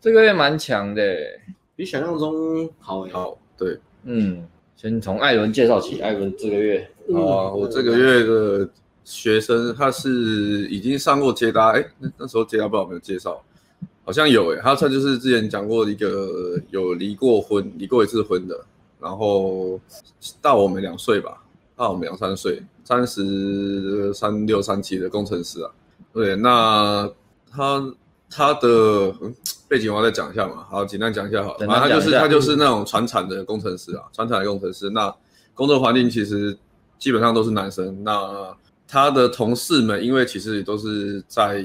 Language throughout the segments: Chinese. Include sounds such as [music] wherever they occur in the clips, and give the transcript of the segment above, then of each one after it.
这个月蛮强的欸，比想象中好哎、好，对，嗯，先从艾伦介绍起，艾伦这个月嗯好啊，我这个月的学生他是已经上过捷达，哎、那那时候捷达不知道有没有介绍，好像有哎、他他就是之前讲过一个有离过婚，离过一次婚的，然后大我们两岁吧，大我们两三岁，三十三六三七的工程师啊，对，那他。他的、嗯背景我要再讲一下嘛，好，简单讲一下好了。简反单正他讲就是一下他就是那种传产的工程师啊，传产的工程师。那工作环境其实基本上都是男生。那他的同事们，因为其实也都是在，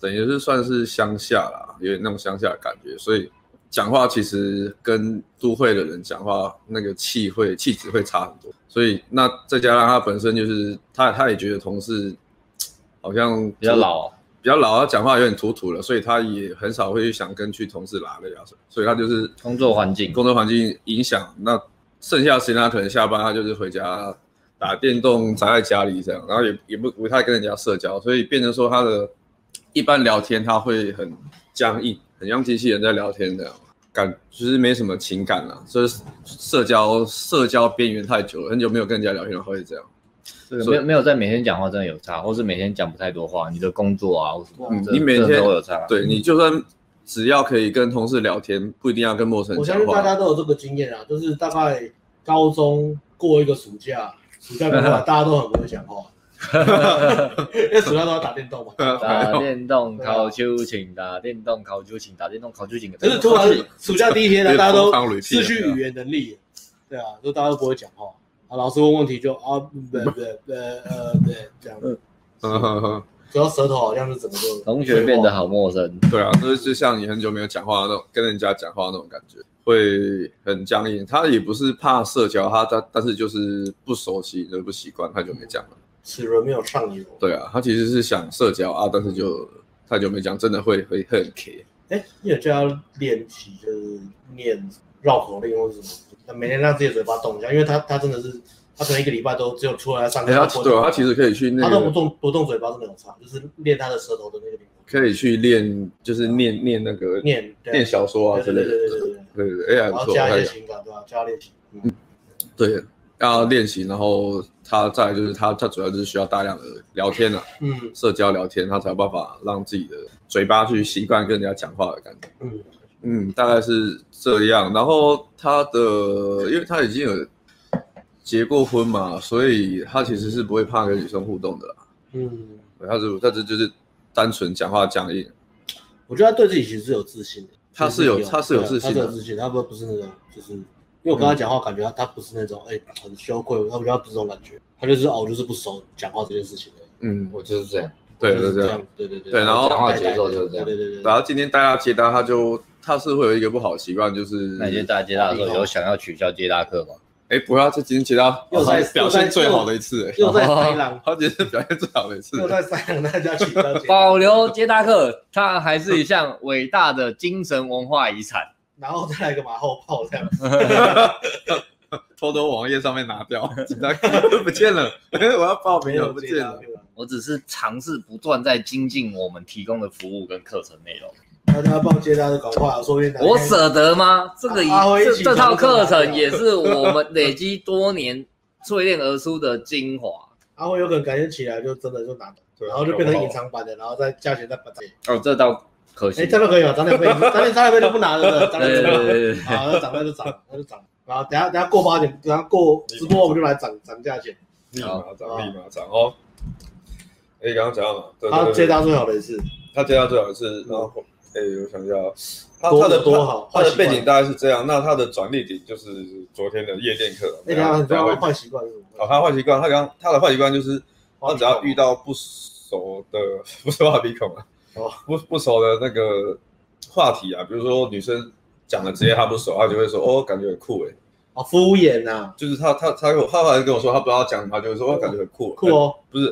等于是算是乡下啦，有点那种乡下的感觉，所以讲话其实跟都会的人讲话那个气会气质会差很多。所以那再加上他本身就是他他也觉得同事好像比较老，比较老，他啊讲话有点土土了，所以他也很少会去想跟去同事拉了呀，所以他就是工作环境工作环境影响。那剩下的时间他可能下班他就是回家打电动，宅在家里这样，然后也也不不太跟人家社交，所以变成说他的一般聊天他会很僵硬，很像机器人在聊天这样，感就是没什么情感了、就是社交社交边缘太久了，很久没有跟人家聊天了，会这样。这个所没以有没有在每天讲话真的有差，或是每天讲不太多话，你的工作啊，或什么，嗯这你每天这都有差。，对你就算只要可以跟同事聊天，不一定要跟陌生人我讲相信大话。家都有这个经验啊，就是大概高中过一个暑假，暑假过后啊大家都很不会讲话，因为暑假都要打电动嘛。打电动考秋请，打电动考秋请，打电动考秋请。可是突然暑假第一天呢，大家都荒唐雷失屁去啊语言能力，对啊，就大家都不会讲话。啊，老师问问题就啊，不不不呃对，这样，嗯 [laughs] 哼哼，主要舌头好像是整个就同学变得好陌生，对啊，就是就像你很久没有讲话的那种，跟人家讲话那种感觉，会很僵硬。他也不是怕社交，他他但是就是不熟悉，就是不习惯，太久没讲了。齿轮没有上游。对啊，他其实是想社交啊，但是就太久没讲，真的会会会很 K。哎，你有叫他练习就是念绕口令或是什么？每天让自己的嘴巴动一下，因为他他真的是，他可能一个礼拜都只有出来上课。哎，他不会对啊，他其实可以去那他都不个，动不动嘴巴都没有差，就是练他的舌头的那个灵活。可以去练，就是念念那个念对啊念小说啊对之对类对对的。对对，对对对，哎，还然不后错，加一太些情感对吧？加练习，嗯，对，要练习，然后他再来就是他他主要就是需要大量的聊天啊，嗯社交聊天，他才有办法让自己的嘴巴去习惯跟人家讲话的感觉。嗯，嗯，大概是这样。然后他的，因为他已经有结过婚嘛，所以他其实是不会怕跟女生互动的啦。嗯，对他是他这就是单纯讲话僵硬，我觉得他对自己其实是有自信的。他是有就他是有对啊自信他的是有自信，他不不是那种就是，因为我跟他讲话，感觉他他不是那种哎很羞愧，他我觉得他不是这种感觉，他就是哦我就是不熟讲话这件事情而已。嗯，我就是这样，对就是对这对。样，对对对对然后讲话节奏就是这对样对对然对，后今天带他接单，他就他是会有一个不好的习惯，就是那你去大接大的时候，有想要取消接大课吗？哎，不要，这今天接到又在表现最好的一次，哎又在塞狼，他今天表现最好的一次又，在塞狼大家取消节目，保留接大课，它还是一项伟大的精神文化遗产。然后再来个马后炮这样。偷偷往页上面 [laughs] 拿掉，他不见了， [laughs] 哎我要报名了，不见了。我只是尝试不断在精进我们提供的服务跟课程内容。那他报接他的搞话，说不定哪天我舍得吗？这个也阿辉一这起这套课上课程也是我们累积多年淬炼而出的精华。阿辉有可能改天起来就真的就拿，对然后就变成隐藏版的，然后再价钱再把它。哦，这倒可哎，惜。这样可以吗？张天飞，张天张天飞都不拿了，张天对对对飞对对，好，那涨那就涨，那就涨。然后等下等下过八点，等下过直播我们就来涨涨价钱。立马涨，立马涨哦！哎，刚刚讲到哪？对他对接对，他最好的一次，他接到最好的是，然后哎，我想一下哦，他多他的多好他的坏习背惯景大概是这样，那他的转捩点就是昨天的夜店课。啊哎，等下你知道会他坏习惯是什么？哦，他的坏习惯，他刚他的坏习惯就是，哦他只要遇到不熟的， [laughs] 不是话鼻孔啊，哦不不熟的那个话题啊，比如说女生讲的职业他不熟，他就会说哦，感觉很酷诶。哦敷衍呐，就是他他他有他后来跟我说，他不知道讲什么，他就会说哦，感觉很酷，酷哦，不是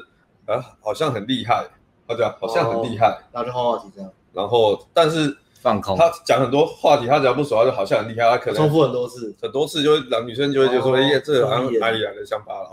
啊，好像很厉害，他讲好像很厉害，然后就好好奇这样，然后但是放空。他讲很多话题，他只要不熟，他就好像很厉害，他可重能复很多次。很多次就会让女生就会觉得说，哦哎、呀，这个好专像业哪里来的乡巴佬，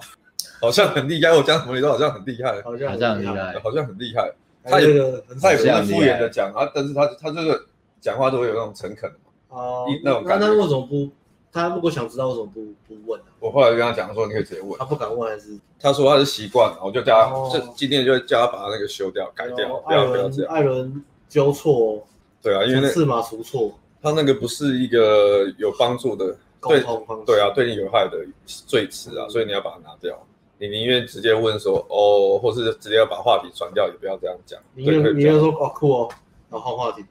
好像很厉害，我讲什么你都好像很厉害，好像哎好像很厉害好像很厉害，他这个很他也少不像是敷衍的讲啊，但是他他就是讲话都会有那种诚恳的嘛。哦一，那那种感觉那为什么不？他如果想知道，为什么不不问啊？我后来就跟他讲说，你可以直接问他。不敢问还是？他说他是习惯了，我就叫哦他，就今天就叫他把那个修掉、改掉，哦不艾要不要伦这样。艾伦纠错，对啊，因为那是马出错他那个不是一个有帮助的，沟对通方式。对啊，对你有害的罪词啊，所以你要把它拿掉。你宁愿直接问说哦，或是直接把话题转掉，也不要这样讲。你对，可又以你这又样说哦酷哦，然后换话题，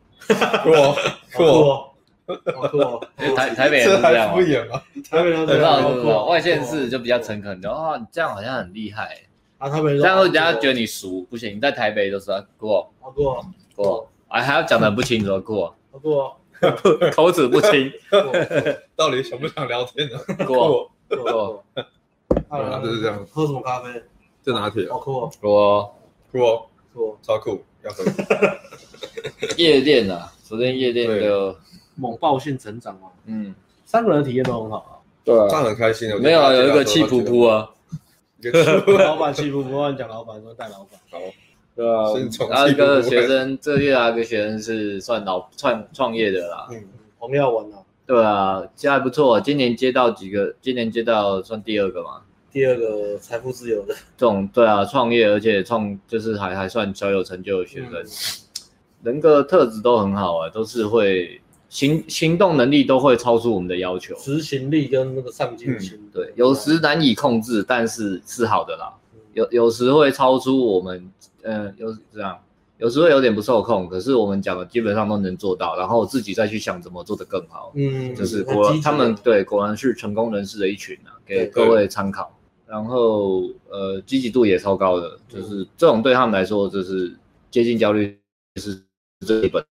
酷好哦 [laughs] 酷酷哦，哦，好酷哦，哎台台北也是这这还样啊敷吗？衍吗？ [laughs] 台北人知道知道，外县县市就比较诚恳的哦，你这样好像很厉害，啊，他们这样会人家觉得得你熟，不行。你在台北就是啊过好酷哦，过，哎还要讲的不清楚过，好酷哦，口齿不 [laughs] 清酷 [laughs] 哦到底想不想聊天啊呢？过酷哦酷哦，艾啊伦就是这样喝什么咖啡？这拿铁啊好酷哦，过。酷哦，酷哦，超酷，要喝。夜店啊，昨天夜店的猛爆性成长哦，嗯，三个人的体验都很好啊。对这样很开心。我觉得没有啊，大家有一个都气觉得噗噗啊，一个气 [laughs] 噗 [laughs] 噗老板欺负不乱讲，老板说带老板，好对啊先从然后一气个噗噗学开始生，这月啊，一个学生是算老创创业的啦，嗯，我们要玩了。对啊，这还不错，今年接到几个，今年接到算第二个嘛，第二个财富自由的这种对啊，创业而且创就是还还算小有成就的学生，嗯人格特质都很好啊、都是会行行动能力都会超出我们的要求，执行力跟那个上进心，嗯对，有时难以控制，但是是好的啦，嗯有有时会超出我们，嗯、有这样。有时会有点不受控，可是我们讲的基本上都能做到，然后自己再去想怎么做得更好。嗯，就是很果积极他们对果然是成功人士的一群啊，给对各位参考。然后呃，积极度也超高的，嗯就是这种对他们来说，就是接近焦虑是这一本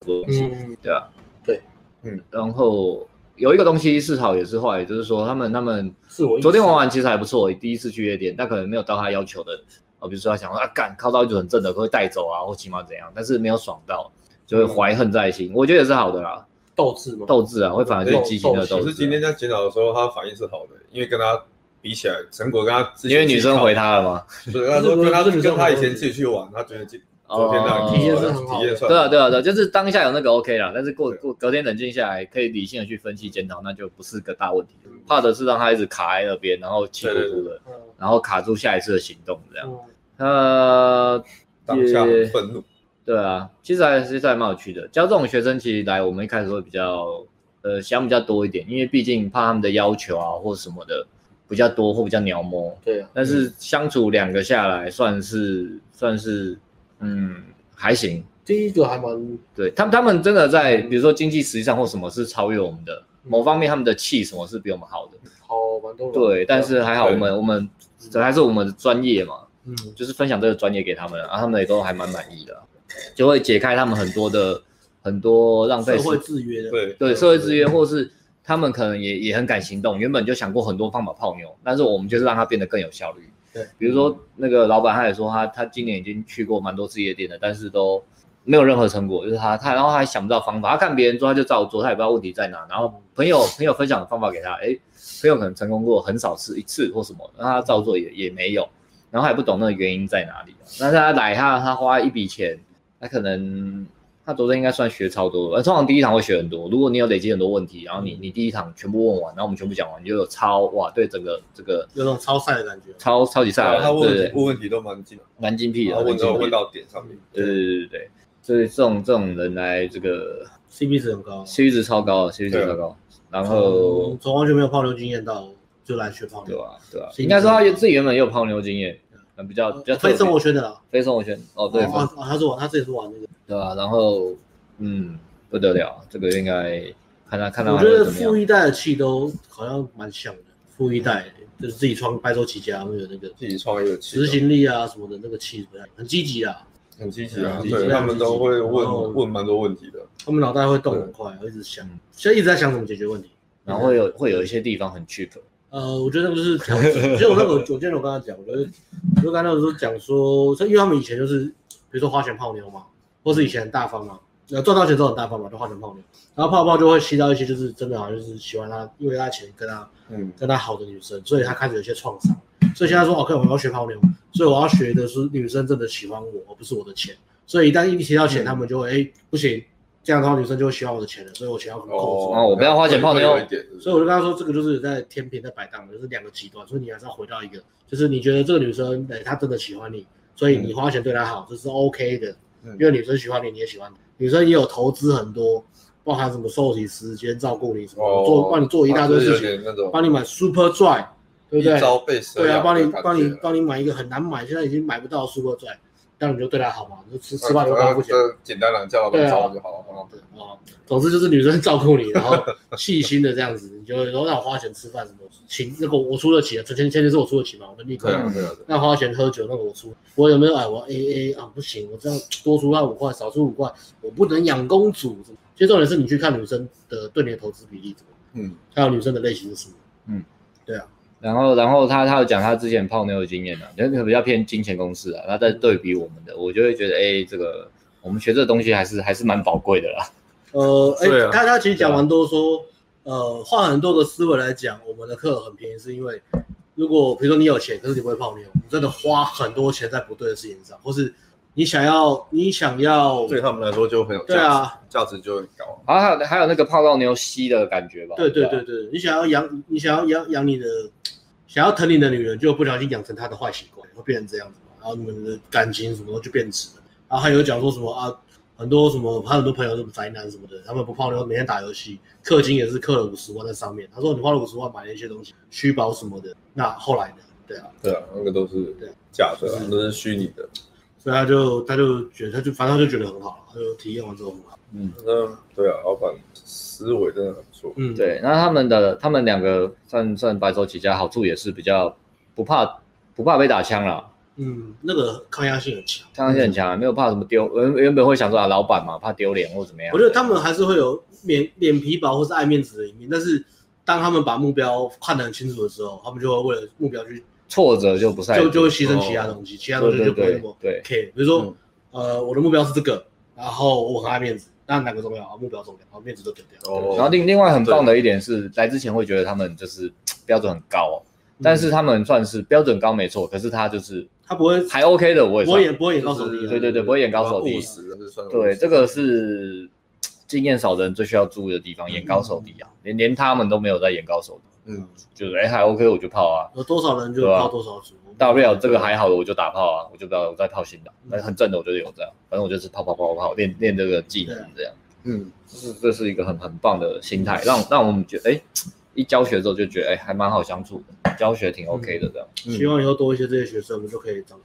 东西，嗯，对啊，对，嗯。然后有一个东西是好也是坏，就是说他们他们是我意思昨天玩完其实还不错，第一次去夜店，但可能没有到他要求的，呃，比如说他想说啊，干靠到一组很正的，会带走啊，或起码怎样，但是没有爽到，就会怀恨在嗯心，我觉得也是好的啦。斗志嘛，斗志啊，会反而去激情的斗可志、啊是今天在检讨的时候，他反应是好的，因为跟他比起来，成果跟他之前因为女生回他了吗？对，他 [laughs] 说跟他这个是跟他以这前个自己去玩，他觉得自己昨天哦那样体验是很好的体验算对啊，对啊，对啊，就是当下有那个 OK 啦，但是过对啊过隔天冷静下来，可以理性的去分析检讨，那就不是个大问题。怕的是让他一直卡在那边，然后气呼呼对的，嗯然后卡住下一次的行动这样。嗯呃，当下也很愤怒，对啊，其实还其实还蛮有趣的。教这种学生其实来，我们一开始会比较呃想比较多一点，因为毕竟怕他们的要求啊或什么的比较多或比较鸟摸。对啊，但是相处两个下来，算是算是，嗯，还行。第一个还蛮对他们，他们真的在，比如说经济实际上或什么是超越我们的某方面，他们的气什么是比我们好的。好，蛮多人对，但是还好我对们我们这还是我们的专业嘛，嗯，就是分享这个专业给他们，然、啊后他们也都还蛮满意的，啊就会解开他们很多的很多浪费社时会制约的，对对社会制约，或是他们可能也也很敢行动，原本就想过很多方法泡妞，但是我们就是让它变得更有效率。对，比如说那个老板他也说他他今年已经去过蛮多次夜店的，但是都没有任何成果，就是他他然后他还想不到方法，他看别人做他就照做，他也不知道问题在哪。然后朋友朋友分享的方法给他，诶，朋友可能成功过很少次一次或什么，那他照做也也没有，然后他也不懂那个原因在哪里、但是他来他他花一笔钱，他可能他昨天应该算学超多了，呃，通常第一堂会学很多。如果你有累积很多问题，然后嗯你你第一堂全部问完，然后我们全部讲完，你就有超哇，对整个这个有种超赛的感觉，超超级赛啊亚他人，对问对啊对，问问问题都蛮近的，蛮精辟然的，后蛮问精到辟问的，到点上嗯面，对对对对对。所以这种这种人来，这个，CP 值很高， CP 值超高，CP 值超高，然后啊嗯从完全没有泡妞经验到就来学泡对啊妞，吧对吧？ CP 应该说他自己原本也有泡妞经验，呃比较比较呃非特别生活圈的啦，非生活圈哦，对哦啊啊他是玩，他自己是玩那个，对吧？然后嗯不得了，这个应该看他看他我还觉会得怎么富样。一代的气都好像蛮像的，富一代就是自己创白手起家，没有那个自己创业的气执氛行力啊什么的，那个气不太很积极啊，很积极啊，很积极对他们都会然后问问蛮多问题的，他们脑袋会动很快，会一直想嗯，现在一直在想怎么解决问题。然后会有会有一些地方很 cheap，呃，我觉得那个就是调整。其实我那个，我今天我跟他讲，我觉得，我就跟他那个时候讲说，因为他们以前就是，比如说花钱泡妞嘛，或是以前很大方嘛，呃，赚到钱之后很大方嘛，就花钱泡妞，然后泡泡就会吸到一些就是真的好像就是喜欢他，因为他钱跟他嗯，跟他好的女生，所以他开始有一些创伤。所以现在说，OK，我要学泡妞，所以我要学的是女生真的喜欢我，而不是我的钱。所以一旦一提到钱，嗯他们就会哎、不行，这样的话女生就会喜欢我的钱了，所以我钱要可能控制。哦我不要花钱泡妞会有一点所以我就跟他说，这个就是在天平在摆荡，就是两个极端，所以你还是要回到一个，就是你觉得这个女生，哎、她真的喜欢你，所以你花钱对她好，这是 OK 的，嗯因为女生喜欢你，你也喜欢她，女生也有投资很多，包含什么受体时间照顾你什么，做帮你做一大堆事情，情，那种帮你买 Super Dry，对不对一？朝被蛇对啊，咬帮你的感帮你觉帮你买一个很难买，现在已经买不到的 Super Dry，那你就对她好嘛，你就吃吃饭就帮她付钱。呃这简单两叫老啊板找我就好了。对哦，总之就是女生照顾你，然后细心的这样子，你就会说让我花钱吃饭什么，请那个我出得起啊，前前前提是我出得起嘛，我能力可以。对啊，对啊，对啊那花钱喝酒那个我出，我有没有哎我 A A 啊不行，我这样多出那五块，少出五块，我不能养公主。其实重点是你去看女生的对你的投资比例怎么样，嗯，还有女生的类型是什么。然后，然后他他有讲他之前泡妞的经验啊，那个比较偏金钱公式啊。那在对比我们的，我就会觉得，哎、这个我们学这个东西还是还是蛮宝贵的啦。呃，哎、对啊他他其实讲蛮多说，呃，换很多个思维来讲，我们的课很便宜，是因为如果比如说你有钱，可是你不会泡妞，你真的花很多钱在不对的事情上，或是你想要你想要对他们来说就很有价值，对，啊，价值就很高。啊，还有还有那个泡到妞吸的啊感觉吧？对对吧对对，你想要养你想要养养你的想要疼你的女人，就不小心养成她的坏习惯，会变成这样子嘛，然后你们的感情什么的就变质了。然后还有讲说什么啊，很多什么，他很多朋友什么宅男什么的，他们不泡妞，每天打游戏，氪金也是氪了五十万在上面。他说你花了五十万买了一些东西，虚宝什么的，那后来呢？对啊，对啊，那个都是对假的啊是，都是虚拟的。所以他就他就觉得他就反正他就觉得很好了，他就体验完之后很好。那对啊，老板思维真的很不错。嗯，对，那他们的他们两个算算白手起家，好处也是比较不怕不怕被打枪啦，嗯，那个抗压性很强。抗压性很强啊，没有怕什么丢。原原本会想说啊，老板嘛，怕丢脸或怎么样。我觉得他们还是会有脸脸皮薄或是爱面子的一面，但是当他们把目标看得很清楚的时候，他们就会为了目标去挫折就不晒，就就会牺牲其他东西，其他东西就不会那么哦对对嗯 care。比如说，呃，我的目标是这个，然后我很爱面子，那哪个重要啊？目标重要，然后面子都丢掉。然后哦，另另外很棒的一点是，来之前会觉得他们就是标准很高，哦但是他们算是标准高没错，可是他就是他不会还 OK 的，我也不会算。演不会演高手低就是啊，对对对不会眼高手低务实的是算务实对，这个是经验少的人最需要注意的地方，眼高手低啊，连连他们都没有在眼高手低，嗯，就是哎还 OK 我就泡啊，有多少人就对啊靠多少组，大不了这个还好的我就打炮啊，我就不要我再泡新的，但很正的我就是有这样，反正我就是泡泡泡泡泡练练这个技能这样，嗯，这是这是一个很很棒的心态，让让我们觉得哎。一教学之后就觉得哎、还蛮好相处的，教学挺 OK 的这样。嗯希望以后多一些这些学生，我们就可以长。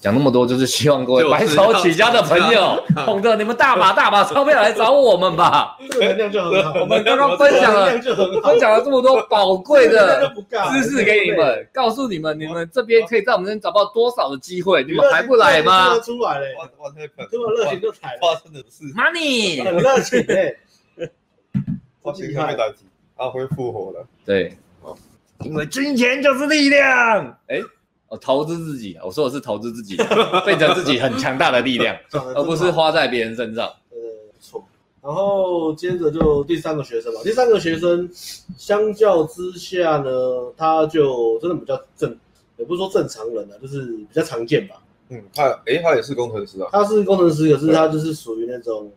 讲那么多就是希望各位就白是手起家的朋友，要啊懂得你们大把大把钞票来找我们吧。 [laughs] 这个能量就很好，我们刚刚分享了这个能量就很好，分享了这么多宝贵这个 [laughs] 的就不尬了知识给你们，告诉你们，你们这边可以在我们这边找到多少的机会，你们还不来娱 [laughs] 乐吗性出来嘞，哇哇，那可这么热情就踩了。发生的事， ？Money，很热情哎，花钱看被打击，阿辉复活了。对，哦因为金钱就是力量。哎，我投资自己，啊我说我是投资自己， [laughs] 变成自己很强大的力 [laughs] 量，而而哦不是花在别人身上。呃不错。然后接着就第三个学生吧，第三个学生相较之下呢，他就真的比较正，也不是说正常人啊，就是比较常见吧。嗯，他诶，他也是工程师啊。他是工程师，可是他就是属于那种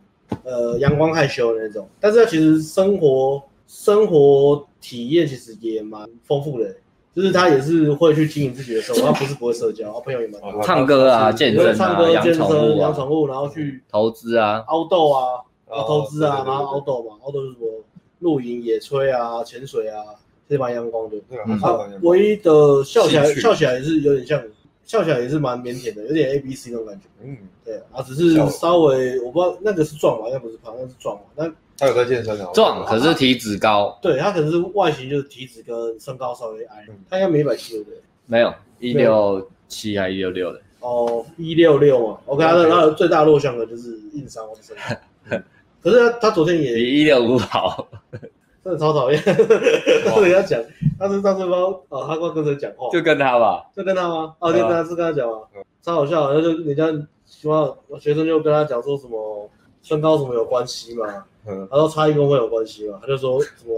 呃阳光害羞的那种，但是他其实生活生活体验其实也蛮丰富的，就是他也是会去经营自己的生活，他不是不会社交，他朋友也蛮多，哦唱歌啊， [laughs] 健有人身唱啊，歌、养健宠身、物养啊，宠物，然后去投资啊，凹豆啊，然后投资啊，哦对对对然后凹豆嘛，凹豆就是什么露营、野炊啊、潜水啊，这些蛮阳光的。对啊，嗯他啊唱得，唯一的笑起来兴趣笑起来也是有点像，笑起来也是蛮腼腆的，有点 A B C 那种感觉。嗯，对啊，只是笑稍微我不知道那个是壮嘛，那不是胖，那是壮嘛。那他有在健身啊。壮可是体脂高，对他可能是外形就是体脂跟身高稍微矮嗯，他应该没一百七对不对？没有一六七还一六六的，哦，一六六嘛，OK，他的他的最大弱项的就是硬伤，我的身高。 [laughs] 可是他他昨天也比一六五好。真的超讨厌，对，要讲，上次上次包哦，他跟跟谁讲话？就跟他吧，就跟他吗？哦，就对啊跟他是跟他讲吗嗯？超好笑，然后就人家希望学生就跟他讲说什么身高什么有关系嘛，嗯，他说差一公分有关系嘛，他就说什么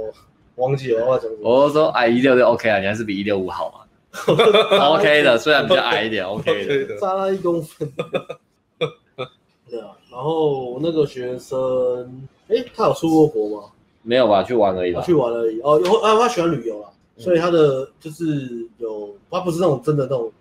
忘记了，我要讲什么我就说哎一六六 OK 啊，你还是比一六五 [laughs] 好嘛 [laughs] ，OK 的，虽然比较矮一点 OK 的， [laughs] 对的，差他一公分。对啊，然然后我那个学生，哎，他有出过国吗？没有吧？去玩而已他吧。去玩而已。哦，有啊，他喜欢旅游啦，所以他的就是有，他不是那种真的那种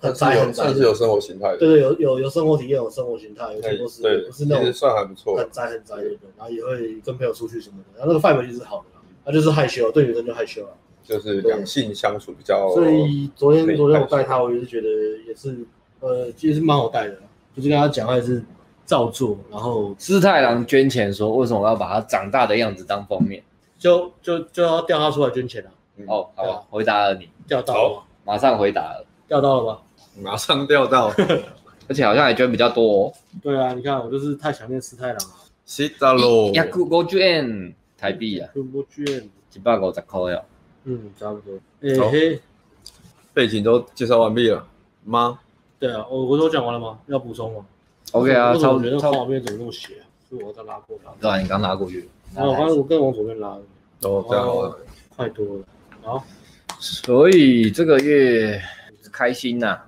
很宅很宅算的是有生活形态的，对对，有有有生活体验，有生活形态，有对些都是对，不是那其实种算还不错。很宅很宅的人，然后也会跟朋友出去什么的。然后那个范围就是好的啦，他就是害羞，对女生就害羞了。就是两性相处比较，所以昨天哦对昨天我带他，我也是觉得也是呃，其实蛮好带的啦，就是跟他讲话也是照做，然后师太郎捐钱说，为什么我要把他长大的样子当封面？就就就要调他出来捐钱啊，嗯，哦，好对啊吧，回答了你，调到了吗？马上回答了，调到了吗？马上 [laughs] 钓到而且好像还捐比较多、哦，对啊，你看我就是太想念四太郎了，西达喽，一百五十円台币啊，就不捐，一百五十块哦。嗯，差不多。诶、好嘿，背景都介绍完毕了吗？对啊，我我都讲完了吗？要补充吗？ OK 啊，我怎超么觉得超，画面怎么那么斜啊？是我在拉过它。对啊，你刚拉过去，然后我发现我更往左边拉，哦，这样好了，快多了。好，所以这个月开心呐、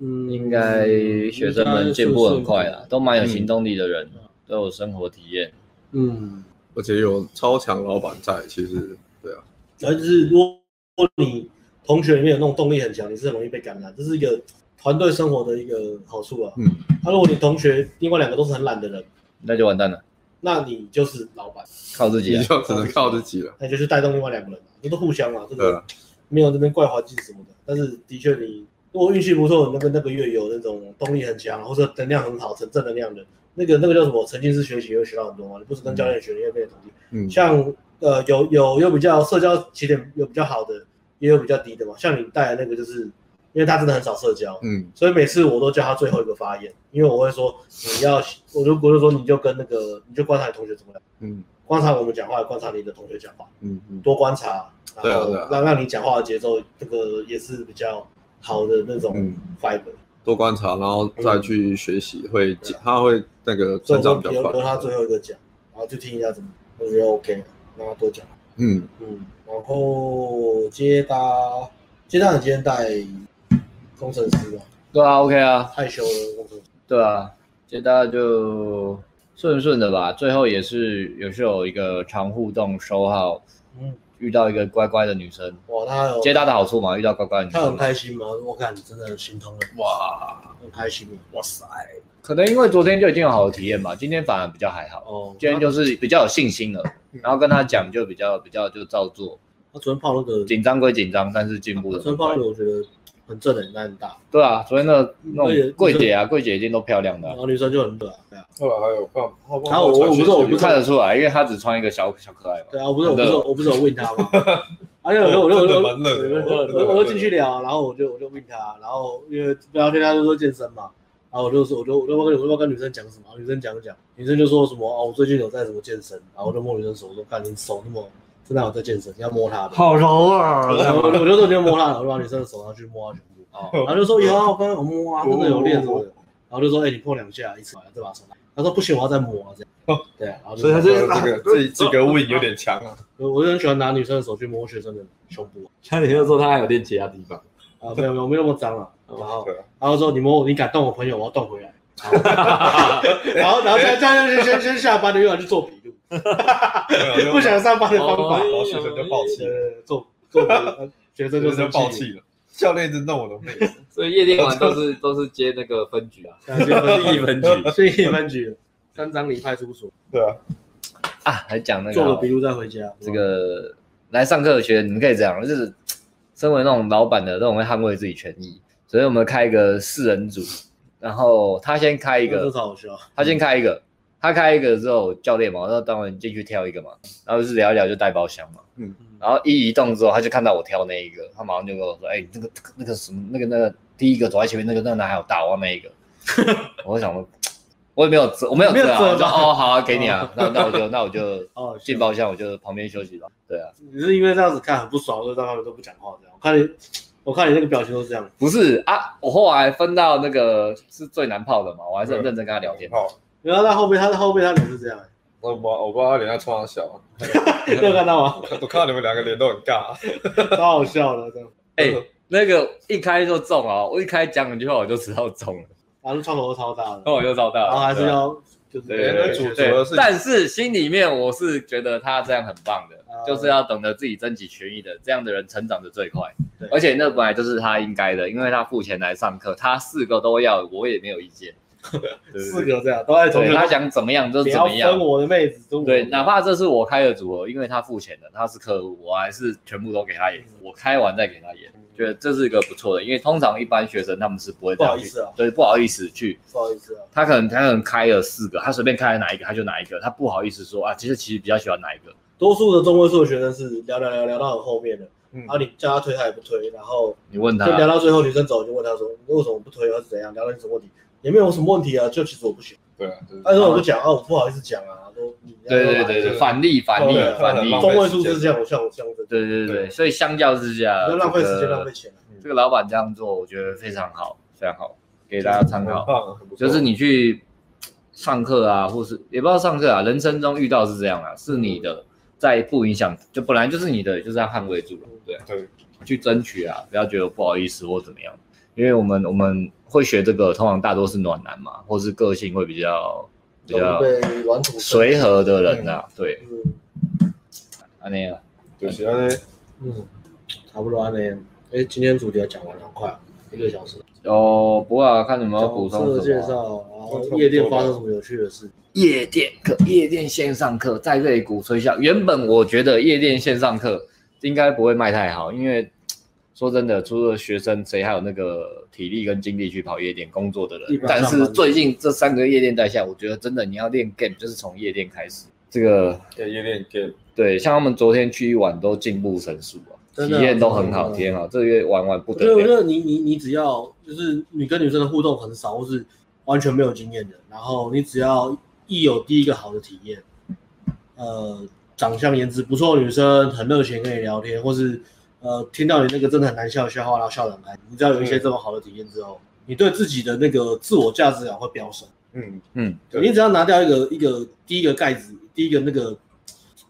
嗯，应该学生们进步很快啦，都蛮有行动力的人，嗯都有生活体验。嗯，而且有超强老板在，其实对啊，然后就是如果你同学里面有那种动力很强，你是很容易被感染，这是一个团队生活的一个好处啊。嗯，那、如果你同学另外两个都是很懒的人，那就完蛋了，那你就是老板，靠自己你嗯啊！就只能靠自己了，那你哎就是带动另外两个人嘛，这都互相嘛，这对个啊，没有这边怪环境什么的。但是的确你如果运气不错，那个那个月有那种动力很强，或者能量很好、很正能量的，那个那个叫什么沉浸式学习，会学到很多嘛。你不是跟教练学，你也变得同理。嗯，像呃有有有比较社交起点有比较好的，也有比较低的嘛。像你带的那个，就是因为他真的很少社交，嗯，所以每次我都叫他最后一个发言，因为我会说你要，我就我就说你就跟那个你就观察你同学怎么样，嗯，观察我们讲话，观察你的同学讲话，嗯，嗯，多观察，对然啊后对啊让让你讲话的节奏这个也是比较好的那种嗯 fiber，多观察，然后嗯再去学习，会对啊他会那个所以成我长就比较留留他快，最后一个讲，然后就听一下怎么，我觉得 OK，让他多讲。嗯，嗯，然后接搭接搭，你今天带工程师吧，对啊，OK 啊，害羞了工程师。对啊，这大家就顺顺的吧。最后也是有是有一个常互动收好，嗯，遇到一个乖乖的女生，哇，他有接搭的好处嘛，遇到乖乖的女他哦很生。开心吗？我看真的很心疼了，哇很开心了。哇塞，可能因为昨天就已经有好的体验嘛，今天反而比较还好。哦，嗯今天就是比较有信心了，然后跟他讲就比较比较就照做，他昨天泡那个，紧张归紧张，但是进步昨了。天泡那个我觉得很正能量很大，对啊，昨天的那而且种柜姐啊，柜姐一定都漂亮的啊然，后女生就很热啊，对啊，后来还有放，然后我我不是哦我不是看得出来，因为她只穿一个小小可爱嘛。对啊，我不是我不是我不是有问他吗？而且我我我我我我就进去聊，然后我就我就问他，然后因为聊天他就说健身嘛，然后我就说我就我就问我就跟女生讲什么，女生讲讲，女生就说什么哦，我最近有在什么健身，然后我就摸女生手，我说看你手那么真的有在健身，你要摸她的，好柔 [laughs] 啊然后我就我就说你要摸她，我就把女生的手上去摸她全部，哦，然后就说有啊，我刚刚有摸啊，真的有练什么的，然后就说哎你碰两下一次，再把手，他说不行我要再摸啊这样，对，然后所以他这就个这这个 win 有点强啊， [laughs] 我我就很喜欢拿女生的手去摸学生的胸部像你又说他还有练其他地方，啊，没有没有没有那么脏了。然后对啊然后说你摸我，你敢动我朋友，我要动回来。然后然后现在先先先下班的又要去做笔录，不想上班的方法哦，然后学生就暴气了，呃，做做笔录，学生学就生就是暴气，了，教练一直弄我的妹，所以夜店玩都是都是接那个分局啊，第一分局，所以一分局三张里派出所对啊，啊，还讲那做了个笔录再回家。这个来上课的学员，你们可以这样，就是身为那种老板的，都很会捍卫自己权益，所以我们开一个四人组，然后他先开一这个个，超好笑，他先开一个，他开一个之后，教练嘛，那当然进去挑一个嘛，然后就是聊一聊就带包厢嘛，嗯嗯然后一移动之后，他就看到我挑那一个，他马上就跟我说，哎、那个那个什么那个那个第一个走在前面那个那个男孩有大，我要那 [laughs] 一个，我就想说。我也没有折，我没有折啊，没有我折就吧哦好啊，给你啊，那那我就那我就哦，进包厢，我就旁边休息吧。对啊，你是因为这样子看很不爽，所以在外面都不讲话这样。我看你，我看你那个表情都是这样。不是啊，我后来分到那个是最难泡的嘛，我还是很认真跟他聊嗯天。好，然后在后面，他在后面他脸是 [laughs] 这样，我不我不知道他脸在冲上小，啊你有看到吗？我看到你们两个脸都很尬，超啊好笑的，这样。哎、那个一开就中啊，我一开讲两句话我就知道中了，然后创口都超大的， [laughs] 那我就知道然了。后嗯啊还是要就是哦对对对主主对要是，但是心里面我是觉得他这样很棒的，啊就是要懂得自己争取权益的，这样的人成长的最快对。而且那本来就是他应该的，因为他付钱来上课，他四个都要，我也没有意见。对四个这样都在同对学他想怎么样就不怎么要样。分我的妹子，都我对，哪怕这是我开的组合，因为他付钱的，他是客户，我还是全部都给他演，嗯我开完再给他演，觉得这是一个不错的。因为通常一般学生他们是不会这不样好去意，思啊，对，不好意思去不好意思啊，他可能他可能开了四个，他随便开了哪一个他就哪一个，他不好意思说啊，其实其实比较喜欢哪一个。多数的中位数的学生是聊聊聊聊到很后面的，嗯然后你叫他推他也不推，然后你问就他，聊到最后女生走就问他说你为什么不推，或是怎样，聊到你什么问题，也没有什么问题啊，就其实我不行，对啊，就是但是我就讲啊，我不好意思讲啊，都你对对对对，反例反例对反例，浪费中位数是这样，我像我这样子，对对对对，所以相较之下，不要浪费时呃这间个浪费钱啊，这个老板这样做，我觉得非常好，非常好，给大家参很考。棒，很不错就是你去上课啊，或是也不知道上课啊，人生中遇到是这样啊，是你的，在不影响，就本来就是你的，就是要捍卫住了。啊对，去争取啊，不要觉得不好意思或怎么样，因为我们我们会学这个，通常大多是暖男嘛，或是个性会比较比容易较被软土随和的人啊，对，嗯安尼啊，就是安尼，嗯，差不多安尼。哎，今天主题要讲完了，很快啊，一个小时。哦，不过啊看你们要讲补自充我什介么啊。绍，然后夜店发生什么有趣的事？夜店课，夜店线上课在这里鼓吹一下。原本我觉得夜店线上课应该不会卖太好，因为说真的，除了学生，谁还有那个体力跟精力去跑夜店工作的一人？般上但班族是最近这三个夜店在下，我觉得真的你要练 game 就是从夜店开始。这个给夜店给对，像他们昨天去一晚都进步神速啊，真体的啊验都很好，真的啊体验好，这个月玩玩不我得觉得，我觉了。得你你你只要就是你跟女生的互动很少，或是完全没有经验的，然后你只要一有第一个好的体验，呃，长相颜值不错的女生很热情跟你聊天，或是呃听到你那个真的很难笑的笑话，然后笑得很开心，你只要有一些这么好的体验之后，你对自己的那个自我价值感会飙升。嗯嗯，对你只要拿掉一个一个第一个盖子，第一个那个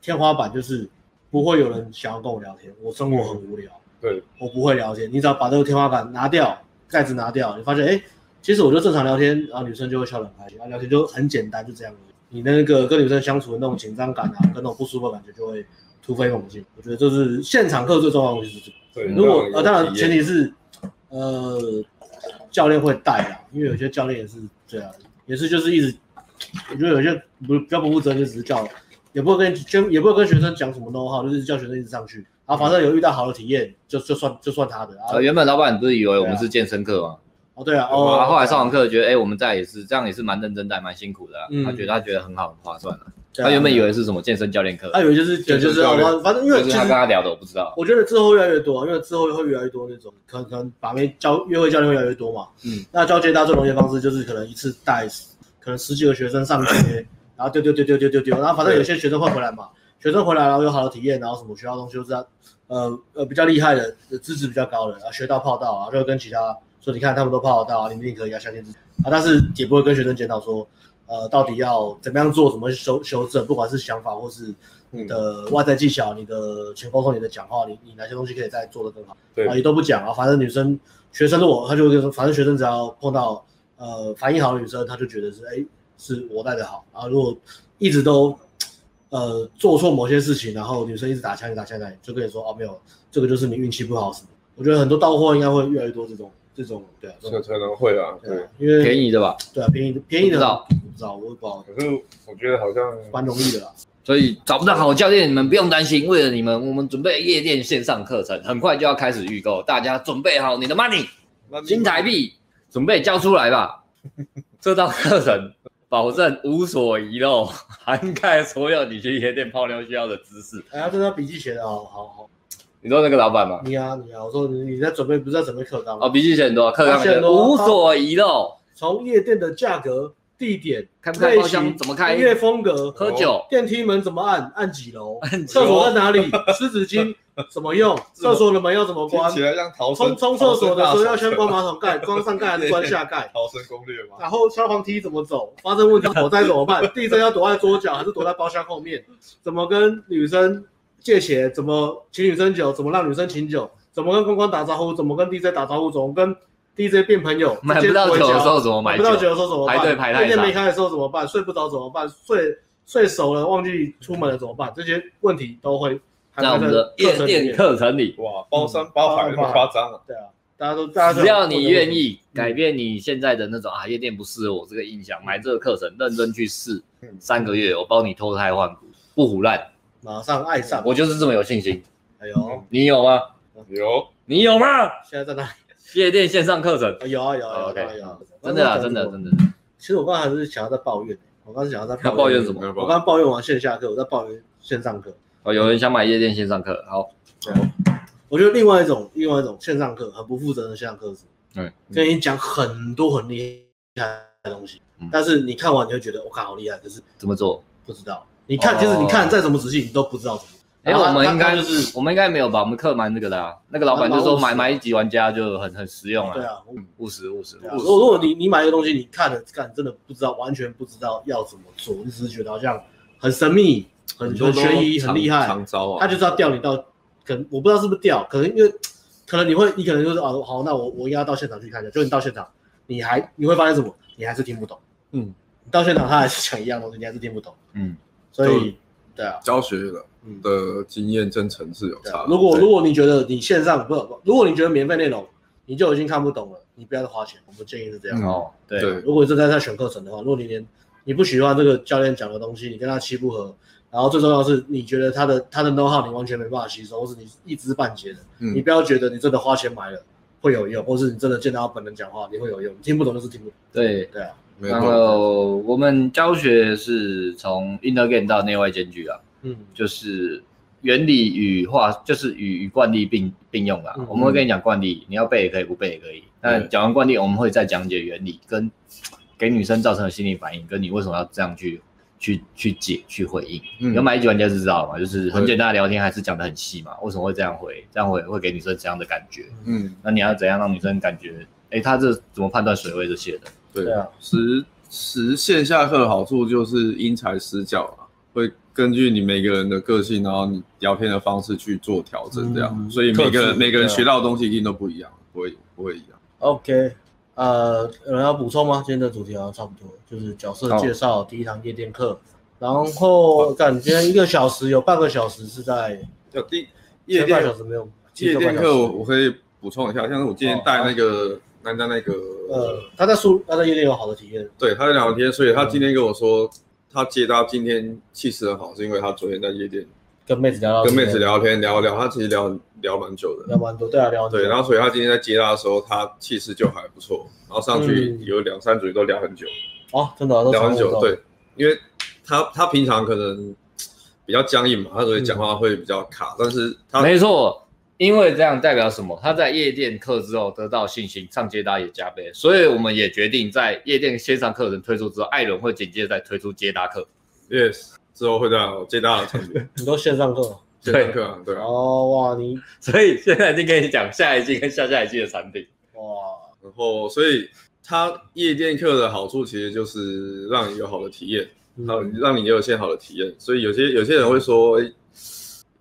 天花板，就是不会有人想要跟我聊天，我生活很无聊，对，我不会聊天。你只要把这个天花板拿掉，盖子拿掉，你发现哎，诶其实我就正常聊天，然后女生就会笑得很开心，然啊后聊天就很简单，就这样而已。你那个跟女生相处的那种紧张感啊，跟那种不舒服的感觉就会突飞猛进。我觉得这是现场课最重要的东西是这个。对，如果让呃，人当有然体前验提是，呃，教练会带啦，因为有些教练也是这样，也是就是一直，我觉得有些不比较不负责任，就只是叫，也不会跟就也不会跟学生讲什么 no 号，就是叫学生一直上去，然后反正有遇到好的体验，就就算就算他的啊呃，，原本老板不是以为我们是健身课吗？哦对啊，然后哦，后来上完课觉得，哎、我们在也是这样，也是蛮认真的，蛮辛苦的啊、嗯他觉得他觉得很好，很划算的、对啊他原本以为是什么健身教练课，他以为就是健身就是教练哦反正因为但其是实他跟他聊的，我不知道。我觉得之后越来越多，啊因为之后会越来越多那种，可能可能把妹教约会教练会越来越多嘛。嗯，那教接搭最容易的方式就是可能一次带十可能十几个学生上街，然后丢丢丢丢丢丢丢，然后反正有些学生会回来嘛，学生回来然后有好的体验，然后什么学校东西就是他呃呃比较厉害的、呃资质比较高的，然后学到泡到，啊然后就会跟其他说你看他们都泡得到，你们一定可以啊，相信自己啊，但是也不会跟学生检讨说。呃，到底要怎么样做，怎么修修正，不管是想法或是你的外在技巧、你的前沟通、你的讲话，你你哪些东西可以再做得更好，对啊，也都不讲啊。反正女生学生如果他就会说，反正学生只要碰到呃反应好的女生，他就觉得是哎是我带的好，然后如果一直都呃做错某些事情，然后女生一直打枪你打枪打你，就跟你说哦没有，这个就是你运气不好什么。我觉得很多到货应该会越来越多这种这种对啊，这可种可能会啊，对对啊，，因为便宜的吧，对啊便宜的便宜的不知道我不知道，我也不知道，可是我觉得好像蛮容易的啦。所以找不到好教练，你们不用担心。为了你们，我们准备夜店线上课程，很快就要开始预购，大家准备好你的 money 嗯新台币，准备交出来吧。这套课程保证无所遗漏，涵盖所有你去夜店泡妞需要的知识。哎，他这张笔记写的好好好，你说那个老板吗？你啊你啊，我说你你在准备不是在准备课纲吗哦，笔记写很多，课他写嗯啊纲很多无所遗漏。从夜店的价格、地点、开不开类包厢型哦怎么开音乐风格、喝酒，电梯门怎么按、按几楼、几楼厕所在哪 [laughs] 里、湿纸巾怎么用、厕所的门要怎么听关、起来像逃生冲冲厕所的时候要先关逃马桶盖， [laughs] 关上盖还是关下盖？生攻略嘛，然后消防梯怎么走？发生问题火灾怎么 [laughs] 办？地震要躲在桌角还是躲在包厢后面？怎么跟女生借钱？怎么请女生酒？怎么让女生请酒？怎么跟公关打招呼？怎么跟 DJ 打招呼？怎么跟 DJ 变朋友，买不到直接酒回家的时候怎么买不酒？到酒的时候怎么办？排队排太夜店长没开的时候怎么办？睡不着怎么办？睡睡熟了忘记出门了怎么办？这些问题都会涵在我盖们的课夜程里店面。课程里，哇，包山包海那么夸张啊！对啊，大家都大家都只要你愿，意嗯改变你现在的那种啊夜店不适合我这个印象，买这个课程认真去试嗯三个月，我帮你脱胎换骨，不胡乱。马上爱上。我就是这么有信心，哎呦，你有吗？有，你有吗？现在在哪里？夜店线上课程，啊有啊有啊有啊哦 OK 有啊有啊，真的啊，真的的。真的，真的其实我刚才还是想要在抱怨，我刚才想要在要抱怨什么？没有我吧？刚抱怨完线下课，我在抱怨线上课。哦，有人想买夜店线上课，好，我觉得另外一种另外一种线上课很不负责任的线上课是，对，跟你讲很多很厉害的东西，嗯但是你看完你会觉得我靠好厉害，可是怎么做？不知道。你看，其实你看再怎么仔细，你都不知道怎么。哦哎，然后我他们应他该就是我们应该没有吧？我们课蛮那个的啊，那个老板就说蛮买买务实的一级玩家就很很实用对啊，啊，我务实务实对啊务如实。果如果你你买一个东西，你看了看，真的不知道，完全不知道要怎么做，你只是觉得好像很神秘、很很悬疑、很厉害，长招哦啊！他就是要吊你到，可能我不知道是不是吊，可能因为可能你会，你可能就是哦，好，那我我应该要到现场去看一下。就你到现场，你还你会发现什么？你还是听不懂。嗯，你到现场他还是讲一样东西，你还是听不懂。嗯，所以对啊，教学的嗯，的经验真诚是有对差啊的。如果对如果你觉得你线上不，如果你觉得免费内容你就已经看不懂了，你不要再花钱。我们建议是这样。嗯哦，对，对如果真的在选课程的话，如果你连你不喜欢这个教练讲的东西，你跟他气不合，然后最重要是你觉得他的他的 know how 你完全没办法吸收，或是你一知半解的，嗯你不要觉得你真的花钱买了会有用，或是你真的见到他本人讲话你会有用，你听不懂就是听不懂。对。对啊，没然错，后我们教学是从 inner game 到内外兼具啊，嗯，就是原理与化，就是与与惯例并并用啦。嗯我们会跟你讲惯例，你要背也可以，不背也可以。那讲完惯例，我们会再讲解原理跟给女生造成的心理反应，跟你为什么要这样去去去解去回应。嗯有买一级玩家是知道嘛，就是很简单的聊天，还是讲的很细嘛，为什么会这样回，这样回会给女生怎样的感觉？嗯，那你要怎样让女生感觉？哎，她这怎么判断水位这些的？对对啊，实实线下课的好处就是因材施教啊，会根据你每个人的个性，然后你聊天的方式去做调整，这样，嗯所以特每个人质啊每个人对啊学到的东西一定都不一样，不会不会一样。 OK，呃，有人要补充吗？今天的主题好像差不多，就是角色介绍、第一堂夜店课，然后感觉一个小时有半个小时是在要第夜前半店小时没有夜店课，我我我可以补充一下，像是我今天带那个南丹那个，哦呃，嗯他在宿他在夜店有好的体验，对，他在聊天，所以他今天跟我说，他接他今天气势很好，是因为他昨天在夜店跟妹子聊到跟妹子，聊天聊一聊，他其实聊聊蛮久的，聊蛮多，对啊，聊蛮多对，然后所以他今天在接他的时候，他气势就还不错，然后上去嗯有两三组都聊很久，哦，真的啊都聊很常遇久，到对，因为他他平常可能比较僵硬嘛，他所以讲话会比较卡，但是他没错，因为这样代表什么？他在夜店课之后得到信心，上接搭也加倍，所以我们也决定在夜店线上课程推出之后，艾伦会紧接着再推出接搭课。 [laughs] yes 之后会到接他的场景， [laughs] 你都线上课。接他课啊，对啊，哦哇，你所以现在就跟你讲下一季跟下下一季的产品，哇，然后所以他夜店课的好处其实就是让你有好的体验，嗯让让你也有一些好的体验，所以有些有些人会说。诶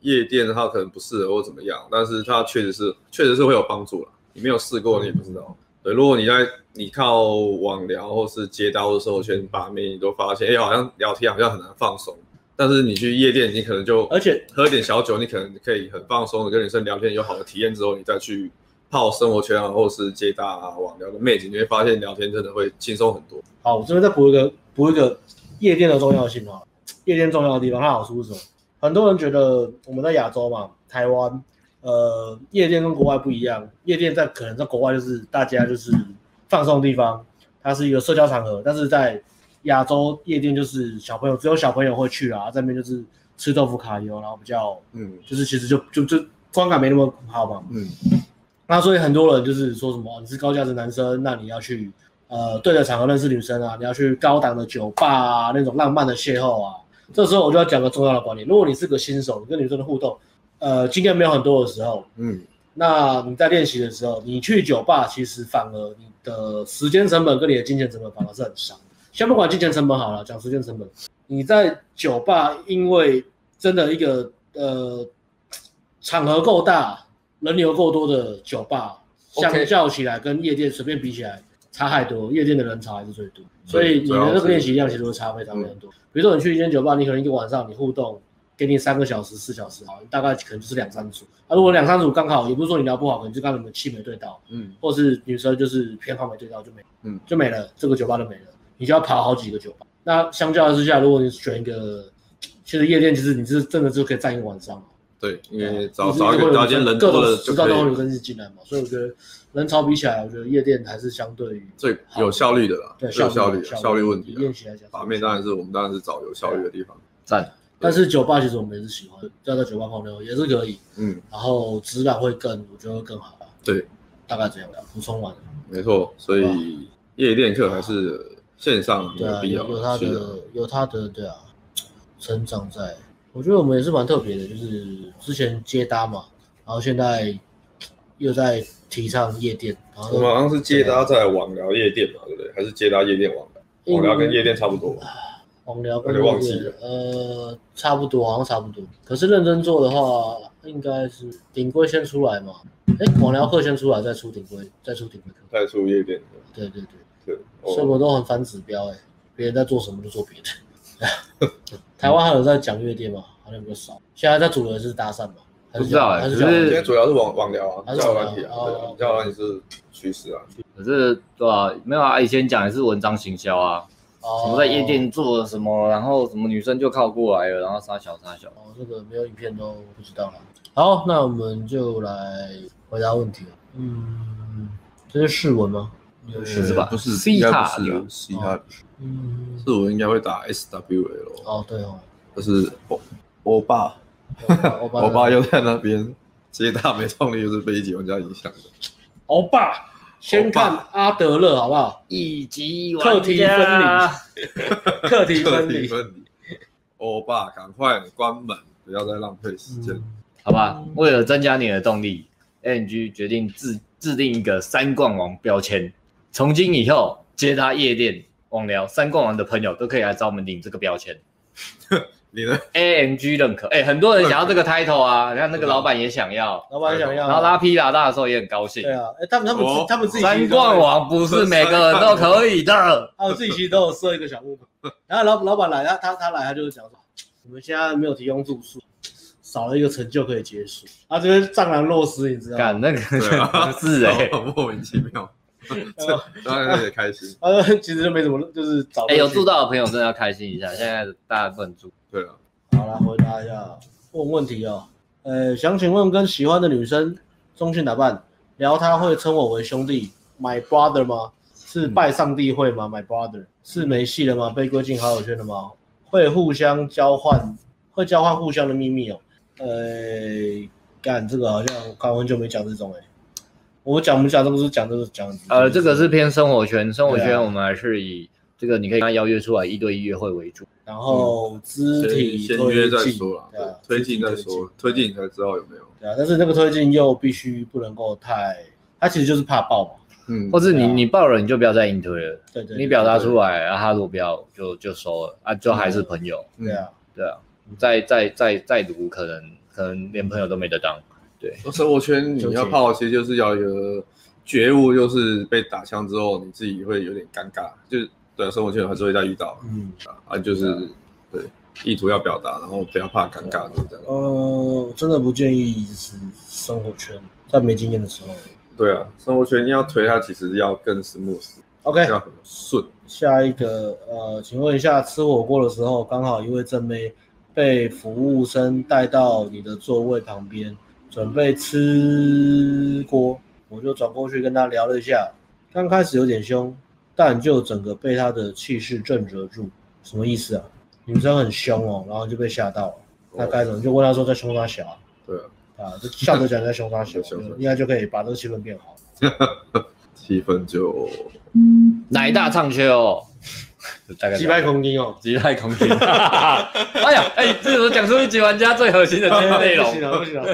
夜店它可能不适合或怎么样，但是它确实是确实是会有帮助了。你没有试过，你也不知道。嗯对，如果你在你靠网聊或是接刀的时候，全把妹，你都发现，哎、好像聊天好像很难放松。但是你去夜店，你可能就而且喝点小酒，你可能可以很放松的跟女生聊天，有好的体验之后，你再去泡生活圈啊，或是接搭啊、网聊的妹子，你会发现聊天真的会轻松很多。好，我这边再补一个补一个夜店的重要性啊。夜店重要的地方，它好处是什么？很多人觉得我们在亚洲嘛，台湾，呃，夜店跟国外不一样。夜店在可能在国外就是大家就是放松的地方，它是一个社交场合，但是在亚洲夜店就是小朋友只有小朋友会去啊，这边就是吃豆腐卡油，然后比较嗯就是其实就就就观感没那么好嘛。嗯，那所以很多人就是说什么、哦你是高价值男生，那你要去呃对的场合认识女生啊，你要去高档的酒吧啊，那种浪漫的邂逅啊。这时候我就要讲个重要的观点：如果你是个新手，你跟女生的互动，呃，经验没有很多的时候，嗯，那你在练习的时候，你去酒吧，其实反而你的时间成本跟你的金钱成本反而是很伤。先不管金钱成本好了，讲时间成本，你在酒吧，因为真的一个呃场合够大、人流够多的酒吧，相 OK 较起来，跟夜店随便比起来差太多，夜店的人潮还是最多，所以你主的要那个是练习量其实会差非常非常嗯多。比如说你去一间酒吧，你可能一个晚上你互动，给你三个小时、四小时好，大概可能就是两三组。啊，如果两三组刚好，也不是说你聊不好，可能就刚好你们气没对到，嗯，或是女生就是偏好没对到就没，嗯，就没了，这个酒吧就没了，你就要跑好几个酒吧。那相较之下，如果你选一个，其实夜店其实你是真的就可以站一个晚上。对，因对为啊找就是找一会个有找一间人各多种了迟就到可都会以有跟日进来嘛，所以我觉得人潮比起来，我觉得夜店还是相对于最有效率的啦，对最有效率率啊的效率问题练啊。习来讲，把妹当然是我们当然是找有效率的地方，赞，但是酒吧其实我们也是喜欢，要在酒吧泡妞也是可以，嗯，然后质感会更，我觉得会更好啊对，大概这样的补充完了，没错，所以夜店课还是线上对有啊，必要有有他去的有他的对啊，成长在，我觉得我们也是蛮特别的，就是之前接搭嘛，然后现在又在提倡夜店，然后我们好像是接搭在网聊夜店嘛，对不对？还是接搭夜店网聊？网聊跟夜店差不多吧。网聊有跟点忘记那个了呃，差不多，好像差不多。可是认真做的话，应该是顶规先出来嘛。哎，网聊课先出来，再出顶规，再出顶规课。带出夜店的，对对对，对，所以哦，我都很反指标哎、别人在做什么就做别的。 [laughs] 台湾还有在讲乐店吗？好像比较少。现在在主流的是搭讪嘛？还是不知道讲哎还是可讲是今天主要是网网聊啊，还是交友网软体啊，聊对哦啊，交友软体是趋势啊，可是对吧、没有啊，以前讲也是文章行销啊，哦什么在夜店做了什么，然后什么女生就靠过来了，然后傻小傻小。哦，这个没有影片都不知道了。好，那我们就来回答问题了。嗯，这是试文吗？是是吧嗯不是，西应该塔不对吧是西塔，嗯，是我应该会打 S W L，哦，对 [laughs] 哦，就是欧欧巴，欧巴，欧巴，又在那边接搭没动力，就是被一级玩家影响的。欧巴，先看阿德勒好 [laughs] 不好？一级课题分离，课题彻分底离。分离。欧巴，赶快关门，不要再浪费时间。嗯好吧，为了增加你的动力，ANG 决定制制定一个三冠王标签。从今以后，接他夜店、网聊、三冠王的朋友都可以来找我们领这个标签。你呢？ ANG 认可，哎、很多人想要这个 title 啊，你看那个老板也想要，老板想要，啊然后拉皮拉大的时候也很高兴对。啊，哎，他们他们自哦他们自己三冠，王不是每个人都可以的，他们自己其实都有设一个小目标。然后老老板来，他他他来，他就是讲说，我们现在没有提供住宿，少了一个成就可以结束。他这边藏狼若失，你知道吗？干那个对啊是哎、 [laughs] 莫名其妙。这当然也开心。呃，其实就没怎么，就是找哎、有住到。到的朋友真的要开心一下，现在大家不能住。对啊，好来回答一下问问题哦。呃，想请问跟喜欢的女生中性打扮，聊她会称我为兄弟，my brother 吗？是拜上帝会吗？my brother 是没戏了吗？被归进好友圈了吗？会互相交换，会交换互相的秘密哦。呃，干这个好像刚很久没讲这种哎、我讲不讲这个是讲这个讲呃，这个是偏生活圈，生活对啊圈我们还是以这个你可以跟他邀约出来一对一约会为主。然后肢体嗯先推约再进说啦对啊，推进再肢体推说，推进你才知道有没有。对啊，但是那个推进又必须不能够太，他其实就是怕爆嘛。嗯或，是你对啊你爆了，你就不要再硬推了，对对对你表达出来，啊，他如果不要就就收了啊，就还是朋友，对啊，对啊，再再再再读，可能可能连朋友都没得当，生活圈你要泡，其实就是要有一个觉悟，就是被打枪之后，你自己会有点尴尬。就是对啊，生活圈还是会再遇到嗯，啊啊，就是对啊意图要表达，然后不要怕尴尬，就这样。呃，真的不建议是生活圈，在没经验的时候。对啊，生活圈要推它，其实要更 smooth， OK，要很顺。下一个，呃，请问一下，吃火锅的时候，刚好一位正妹被服务生带到你的座位旁边，准备吃锅，我就转过去跟她聊了一下，刚开始有点凶，但就整个被她的气势震慑住，什么意思啊？女生很凶哦，然后就被吓到了，那该哦怎么？就问她说在凶她小啊？对啊，，啊，就笑着讲在凶她小凶她小应该就可以把这个气氛变好。气氛就奶大唱缺哦， [laughs] 大概击败空间哦，击败空间， [laughs] 哎呀，哎，这时候讲出一级玩家最核心的这些内容不 [laughs] 行，了，不行了。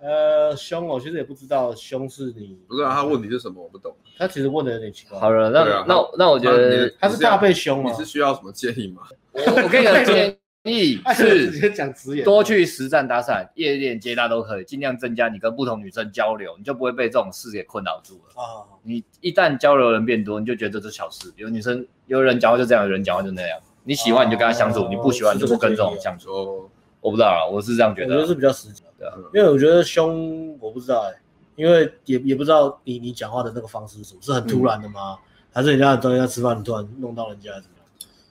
呃，凶我其实也不知道凶是你，不是啊，他问题是什么我不懂。他其实问的有点奇怪。好了，那对啊那那我觉那你得的他是怕被凶你嘛？ [laughs] 是需要什么建议吗？我我给你个建议直是接讲直言，多去实战搭讪、夜店接搭都可以，尽量增加你跟不同女生交流，你就不会被这种事给困扰住了。啊，你一旦交流的人变多，你就觉得这是小事。有女生，有人讲话就这样，有人讲话就那样。你喜欢你就跟他相处，哦你不喜欢就不跟这种相处。说我不知道啊，我是这样我觉觉得得啊。是比较实际的，对啊因为我觉得凶我不知道哎、因为也也不知道你你讲话的那个方式是什么，是很突然的嗯吗？还是人家在人家吃饭，你突然弄到人家怎么样？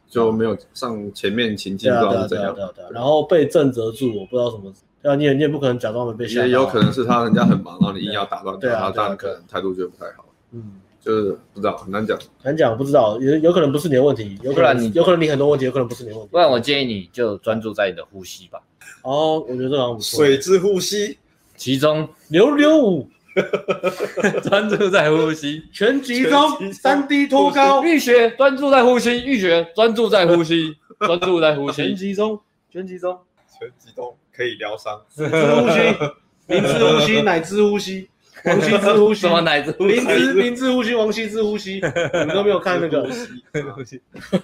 就没有上前面情境啊对不啊知对道啊对啊是怎样对，啊对啊，然后被震慑住，我不知道什么，对啊，你也你也不可能假装没被吓到啊，也有可能是他人家很忙，然后你硬要打断他，对啊对他啊当对然啊可能态度就不太好，嗯。就是不知道很难讲。很讲不知道，有有可能不是你的问题，有可不然啊能你有可能你很多问题，有可能不是你的问题。不然我建议你就专注在你的呼吸吧。哦，我觉得这好像不错。之呼吸，其中溜溜舞专注在呼吸，全集中，三 D 托 [laughs] 高，浴血专注在呼 [laughs] 吸，浴血专注在呼吸，专注在呼全吸。 [laughs] 集中，全集 [laughs] 中，全激动可以疗伤，四肢呼吸，灵之呼吸，乃之呼吸，王羲之呼 [laughs] 吸什， [laughs] 么奶子呼灵吸？之灵之呼吸，王羲之呼吸， [laughs] 你们都没有看那个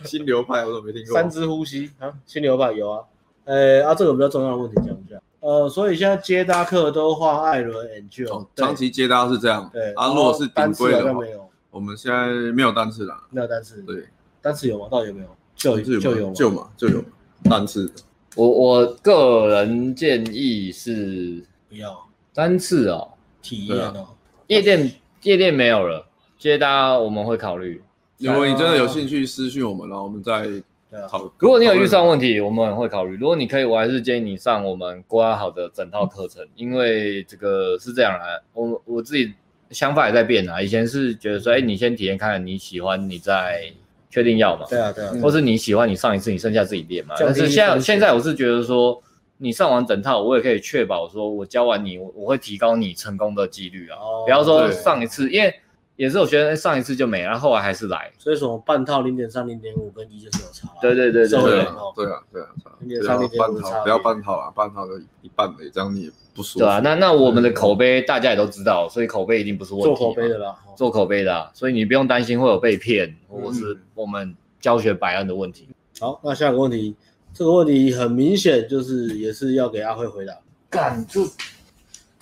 新流派我都没听过。三支呼吸啊，心流吧有啊，呃啊，这个比较重要的问题讲一下。呃，所以现在接搭客都画艾伦 and 哦 Joe，对长期接搭是这样，对，啊，如果是单顶次规好的像话没，有，我们现在没有单次啦，没有单次，对，单次有吗？到底有没有？就就就有有吗就嘛就有单次，我我个人建议是不要单次哦，体验哦，夜店夜店没有了，接搭我们会考虑。如果你真的有兴趣，私讯我们，然后我们再对啊，讨。如果你有预算问题，我们会考虑。如果你可以，我还是建议你上我们规划好的整套课程，因为这个是这样啊，我我自己想法也在变啊。以前是觉得说，哎、你先体验看看，你喜欢你再确定要嘛，对啊，对啊，或是你喜欢你上一次，你剩下自己练嘛。降但低是现在风险现在我是觉得说，你上完整套，我也可以确保说我教完你，我我会提高你成功的几率啊。哦不要说对上一次，因为也是有学生哎上一次就没，然后后来还是来。所以什么半套零点三、零点五跟一就是有差啦，对对对受对对不啊了，哦对啊，对啊，你不也要上面给我半差套，不要别半套啊，半套就一半的，这样你也不舒服。对啊，那那我们的口碑大家也都知道，所以口碑一定不是问题做嘛。口碑的啦，哦做口碑的啊、所以你不用担心会有被骗，嗯或是我们教学百案的问 [laughs] 题。好，那下一个问题，这个问题很明显就是也是要给阿辉回答，干这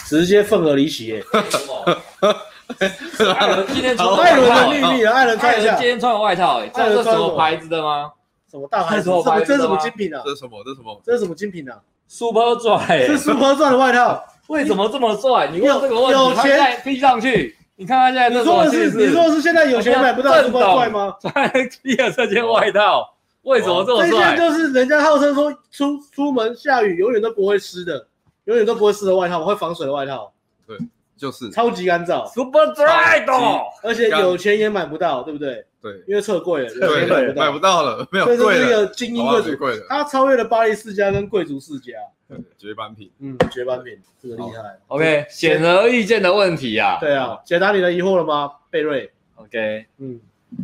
直接愤而离席 [laughs] 耶，艾伦啊今天穿好艾伦外套的秘密 [laughs] 啊，艾伦艾看一伦下今，天穿的外套，哎，这艾伦是穿什什么么牌子的吗什么大牌子，这是我什么牌子这的是什么吗精品啊这？是什么？这是什么？这是什么精品啊？ ？Super 拽是，苏格钻的外套，为什么这么帅？你问这个有问有题，他钱现在披上去，你看他现在你这说的种是气你势，说的是现在有钱买不到苏格钻吗？穿披了这件外套，为什么这么哦这件帅？就是人家号称说出出门下雨永远都不会湿的，永远都不会湿的外套，会防水的外套，就是超级干燥， Super Dry 的，而且有钱也买不到，对不对？对因为撤柜了，有钱对，买买不不到，到了，没有所以这贵是一了，个精英好吧没贵族，贵了，它超越了巴黎世家跟贵族世家，对绝版品。嗯，绝版品，这个厉害。 OK，显而易见的问题啊。对啊，解答你的疑惑了吗，贝瑞？ ，OK 嗯，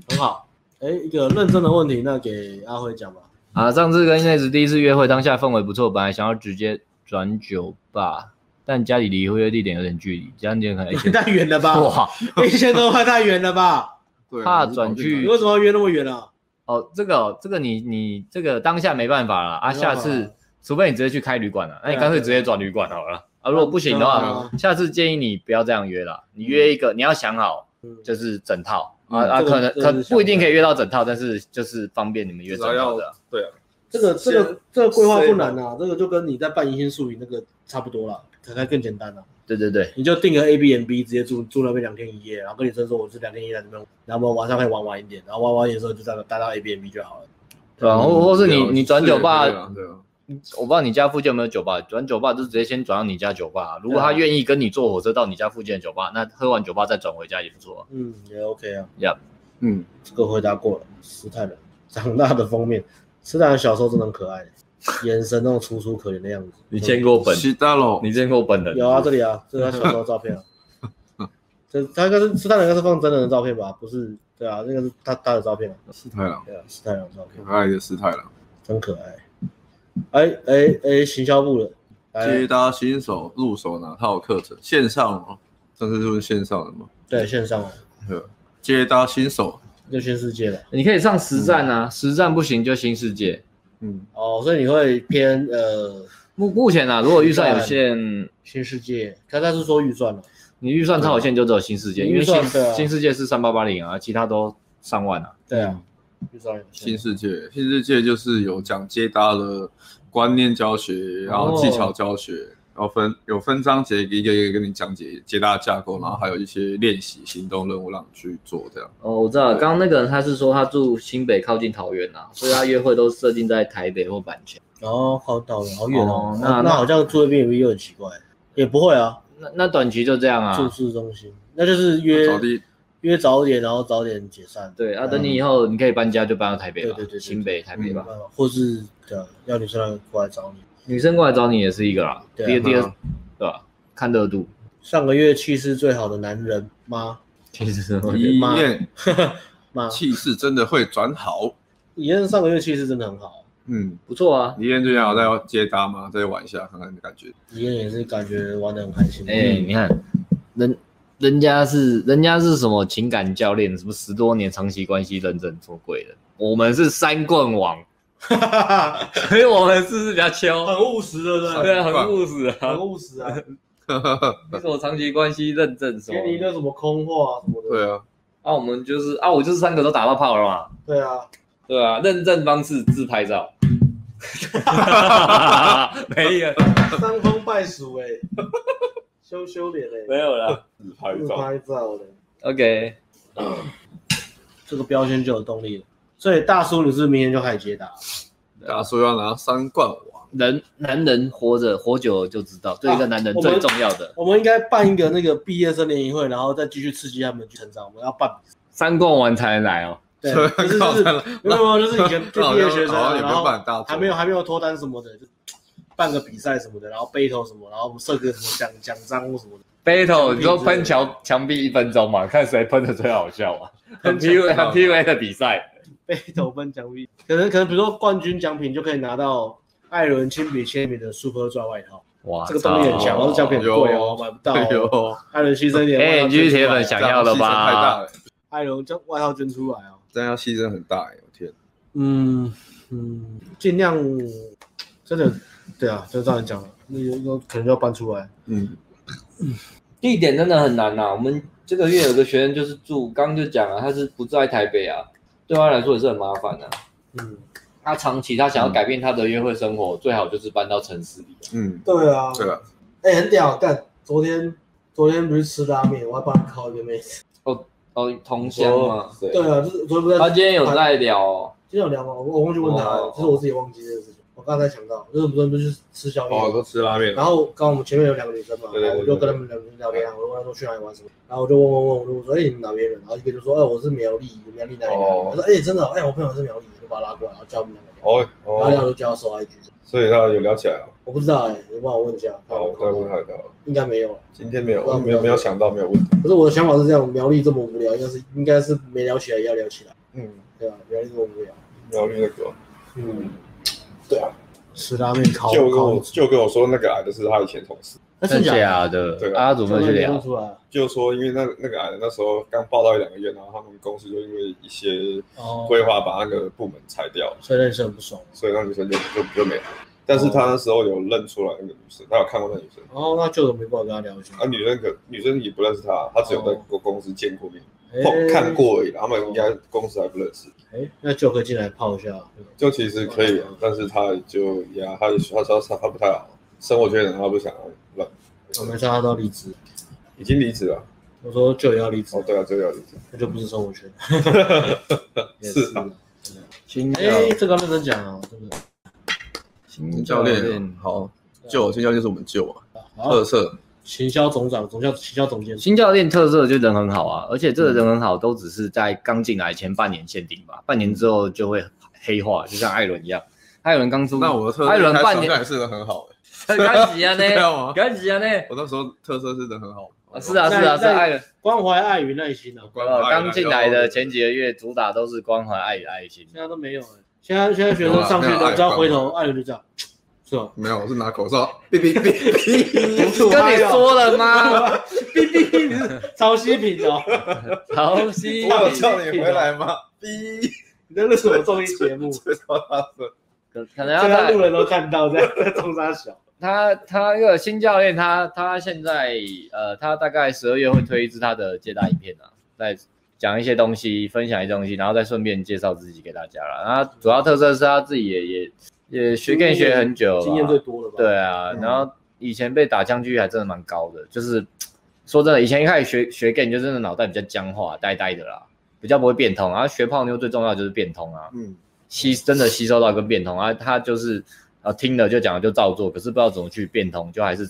很好。哎，一个认真的问题，那给阿辉讲吧。啊，上次跟 Ines 第一次约会，当下氛围不错，本来想要直接转酒吧，但家里离约地点有点距离，这样 [laughs] 就可能一千 [laughs] 太远了吧？ [laughs] 哇一千多块太远了吧？对啊，怕你转跑去去你为什么要约那么远啊？哦，这个哦这个你你这个当下没办法了啊，没办下法次除非你直接去开旅馆了、那你对啊干脆对啊直接转旅馆好了啊。如果不行的对话啊，下次建议你不要这样约了，你约一个你要想好嗯就是整套嗯啊啊，这个可能这个可是想法不一定可以约到整套，但是就是方便你们约整套的。对啊，这个这先个这个规划不难啊，这个就跟你在办银杏树语那个差不多啦，可能更简单啦、对对对，你就定个 A B N B，直接住住那边两天一夜，然后跟你生说我是两天一夜在那边，然后我们晚上可以玩晚一点，然后玩完一点之后就在那待到 A B N B 就好了。对嗯啊，或或是你你转酒吧，对啊，对啊，我不知道你家附近有没有酒吧，转酒吧就直接先转到你家酒吧。如果啊他愿意跟你坐火车到你家附近的酒吧，那喝完酒吧再转回家也不错。嗯，也 OK 啊，嗯，这个回答过了。斯泰人长大的封面，斯泰人小时候真的很可爱，眼神那种楚楚可怜的样子。过西大龙，你见过本人有啊，这里啊，这是他小时候的照片啊。这他应该是斯泰人应该是放真人的照片吧？不是，对啊，那个是他他的照片啊，四太郎，对啊，斯泰人的照片。可爱的四太郎，真可爱。哎哎哎，行销部的，接哎，搭新手入手哪套课程？线上哦，上次就是线上的嘛，对，线上哦接搭新手就全世界了。嗯你可以上实战啊，实战不行就新世界。嗯，哦，所以你会偏呃目目前啊，如果预算有限，新世界，可是他是说预算了，你预算超有限就只有新世界，因为预新算对啊新世界是三八八零啊，其他都上万啊。对啊，预算有限新。世界，新世界就是有讲接搭的观念教哦学，然后技巧教学，然后分有分章节，一个一个跟你讲解接搭架嗯构，然后还有一些练习行动任务让你去做这样。哦，我知道，刚刚那个人他是说他住新北靠近桃 [laughs] 园啊，所以他约会都设定在台北或板桥。哦，靠到了，好远哦哦。那那那好像住 Airbnb 又很奇怪，也不会啊，那那短期就这样住啊。市中心，那就是约找哦地约早点，然后早点解散。对啊，等你以后你可以搬家就搬到台北吧，对对对对对新北、台北吧。呃，或是对啊，要女生来过来找你。嗯女生过来找你也是一个啦，对啊第二第二嗯对吧？看热度，上个月气势最好的男人吗？其实是一验吗？气势真的会转好。李艳上个月气势真的很好，嗯，不错啊。一验最近好在接搭吗？再玩一下看看感觉。李艳也是感觉玩的很开心。哎、你看，人人家是人家是什么情感教练，什么十多年长期关系认证做鬼的，我们是三棍王，所以我们是不是比较秋？很务实的，对啊，很务实啊。务实啊，你什么长期关系认证什么给？你一个什么空话啊什么的。对啊，啊，我们就是啊，我就是三个都打到炮了嘛，对啊，对啊，认证方式自拍照，没有，伤风败俗哎，羞羞脸哎，没有啦。自拍自照。拍照的， OK，这个标签就有动力了。所以大叔，你是明天就开始接打？大叔要拿三冠王，人男人活着活久了就知道，对一个男人我们最重要的、我们应该办一个那个毕业生联谊会，然后再继续刺激他们去成长。我们要办，三棍王才能来哦。对，就是 [laughs] 就是没有没有， [laughs] 就是以前就毕业学生好啊，像也然没有后办大还没有还没有脱单什么的，就办个比赛什么的，然后 battle 什么，然后我们设个什么奖奖章或什么的。 battle，你墙壁说之类喷的墙墙壁一分钟嘛，看谁喷的最好笑嘛。很喷 P U 墙很 P U A 的比赛， battle 颁奖品，可能可能比如说冠军奖品就可以拿到艾伦亲笔签名的 Super Dry 外套，哇这个动力很操强，然后奖品很贵哦，买不到哎哦。呦，艾伦牺牲一点，哎外套你继续捐出来铁粉啊想要的吧这样牺牲太大了，艾伦将外套捐出来哦。这样要牺牲很大哎，我天。嗯嗯，尽量真的对啊，就照你讲的，那有可能就要搬出来。嗯，地点真的很难啊呐、我们这个月有个学生就是住，刚刚就讲了，他是不住在台北啊，对他来说也是很麻烦的、嗯，他长期他想要改变他的约会生活，最好就是搬到城市里。嗯，对啊对啊，哎、很屌，干！昨天昨天不是吃拉面，我还帮你烤一个妹子。哦，同乡嘛，对对啊，就是昨天不是在他今天有在聊、哦，今天有聊吗？我我忘记问他了哦，其实我自己忘记这件事情。我刚才想到，就是我们昨天不是吃宵夜，哦，都吃拉面了然。后刚好我们前面有两个女生嘛，对对对然后我就跟她们聊聊天啊，我就问她说去哪里玩什么，然后我就问问问，我就说哎你们哪边人？然后一个就说哎我是苗栗，苗栗哪里哪里。哦我说哎真的哦哎我朋友是苗栗，就把她拉过来，然后叫我们两个聊，哦然后两哦，个都叫她收 IG。所以他有聊起来了。我不知道哎，你帮我问一下。好，哦我再问他一下。应该没有。今天没有，我没有没有想到没有问题。可是我的想法是这样，苗栗这么无聊，应该是应该是没聊起来也要聊起来，嗯，对吧、苗栗这么无聊，苗栗那个嗯，对啊，吃拉面烤就跟我就跟我说那个矮的是他以前同事，那真假的？的对啊啊，怎么去看聊？出来就说因为那那个矮的那时候刚报道一两个月，然后他们公司就因为一些哦，规划把那个部门裁掉了，所以认识很不爽。所以那女生就就就没了。但是他那时候有认出来那个女生，他有看过那女生，哦，那就没办法跟他聊一下啊，。女生可女生也不认识他，他只有哦在哎公公司见过面，哎碰看。过而已，他们应该公司还不认识。哎，那就可以进来泡一下。就其实可以啊，但是他就呀，他他说他他不太好，生活圈人他不想要乱，我们叫他到离职，已经离职了。我说就也要离职哦，，对啊，这个要离职。那就不是生活 [laughs] 圈。也是啊，新哎，这个要认真讲啊，这个新好，舅新教练是我们舅啊，好，色。行销总长、总校行销总监，新教练特色就人很好啊，而且这个人很好，都只是在刚进来前半年限定吧，半年之后就会黑化，就像艾伦一样。艾伦刚出，那我的特艾伦色半开年场也是人很好的， [laughs] 干几啊 [laughs] 呢？知道吗？干几啊呢？我那时候特色是人很好啊，是啊，是啊，是在艾伦。关怀爱与耐心啊，关呃，怀刚进来的前几个月主打都是关怀爱与爱 [laughs] 心。现在都没有了。现在现在学生上去有啦没有都只要爱回头，关艾伦就这样，是吧？没有，我是拿口哨，哔哔哔哔。 [laughs] 跟跟你，说了 [laughs] 吗？哔哔，你是抄袭品的哦，曹曦， [laughs] 我有叫你回来吗？哔，你在录什么综艺节目？最超大声。可可能要虽然在路人都看到这样 [laughs] 中沙小，他他那个新教练他他现在呃他大概十二月会推一支他的接搭影片啊，再讲一些东西，分享一些东西，然后再顺便介绍自己给大家了。然后主要特色是他自己也也也学经跟验学很久了，啊经验最多了嗯吧？对啊，然后以前被打僵局还真的蛮高的，就是说真的，以前一开始学学 game 就真的脑袋比较僵化，呆呆的啦，比较不会变通。然后学泡妞最重要就是变通啊，嗯，吸真的吸收到一个变通啊，他就是呃听了就讲了就照做，可是不知道怎么去变通，就还是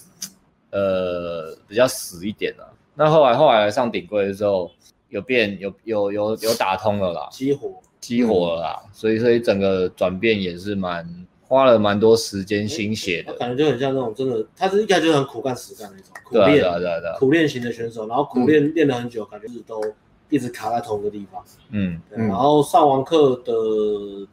呃比较死一点啊。那后来后来上顶规的时候，有变有有有有打通了啦，激活。激活了嗯啦，所以所以整个转变也是蛮花了蛮多时嗯间心血他的。感觉就很像那种真的，他是一开始就很苦干实干那种，苦对啊对练、啊对啊对啊，苦练型的选手，然后苦练练了很久，感觉是都一直卡在同一个地方。嗯。对嗯然后上完课的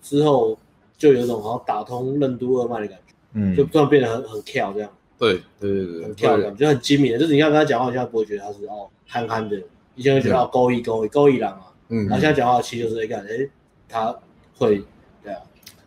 之后，就有一种好像打通任督二脉的感觉，嗯，就突然变得很很跳这样，对对对很对跳的对感觉，就很精明的。就是你要跟他讲话，你现在不会觉得他是哦憨憨的，以前会觉得嗯哦勾一勾一勾一郎啊，嗯然后现在讲话其实就是哎感觉哎他会 [laughs] 对啊，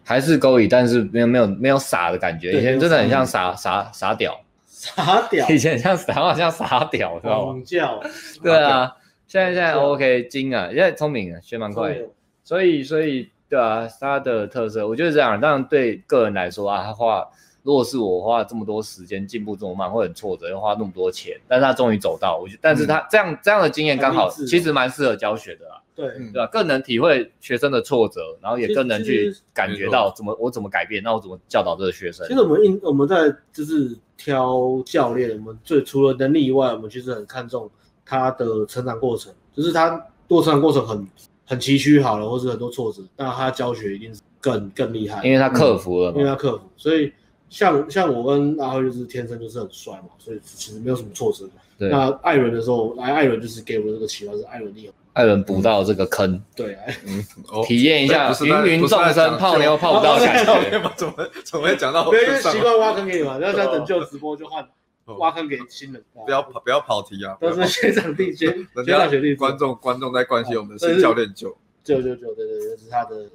还是勾引，但是没有没有没有傻的感觉。对以前真的很像傻傻傻屌，傻屌哦以前很像傻，好像傻屌，啊知道吗？狂叫，对啊，现在现在对啊 OK 精啊，现在聪明啊，学蛮快的。所以所以对啊，他的特色我觉得这样，当然对个人来说啊，他花如果是我花这么多时间进步这么慢，会很挫折，要花那么多钱，但是他终于走到，我觉得，但是他这样、这样的经验刚好嗯很励志哦其实蛮适合教学的啦。对，嗯对吧、更能体会学生的挫折，然后也更能其去实感觉到怎么我怎么改变，那我怎么教导这个学生其。实我们应我们在就是挑教练，我们最除了能力以外，我们其实很看重他的成长过程，就是他过成长过程很很崎岖好了，或是很多挫折，那他教学一定是更更厉嗯害，啊因为他克服了因为嘛，他克服。所以像像我跟阿辉就是天生就是很帅嘛，所以其实没有什么挫折。对那艾伦的时候，来艾伦就是给我的这个启发是艾伦厉害，艾伦补到这个坑，对，艾嗯，哦体验一下不是在芸芸众生泡妞泡不到的 [laughs] 感觉。怎么怎么会讲到我 [laughs] 没有因为身上习啊？惯挖坑给 [laughs] 你嘛，然后像拯救直播就换哦挖坑给新人，不要跑不要跑题啊！不 [laughs] 要都跑是学长 [laughs] 弟学人学长学弟制家观众观众在关心我们的新教练九，九九九，对对，对，就是他的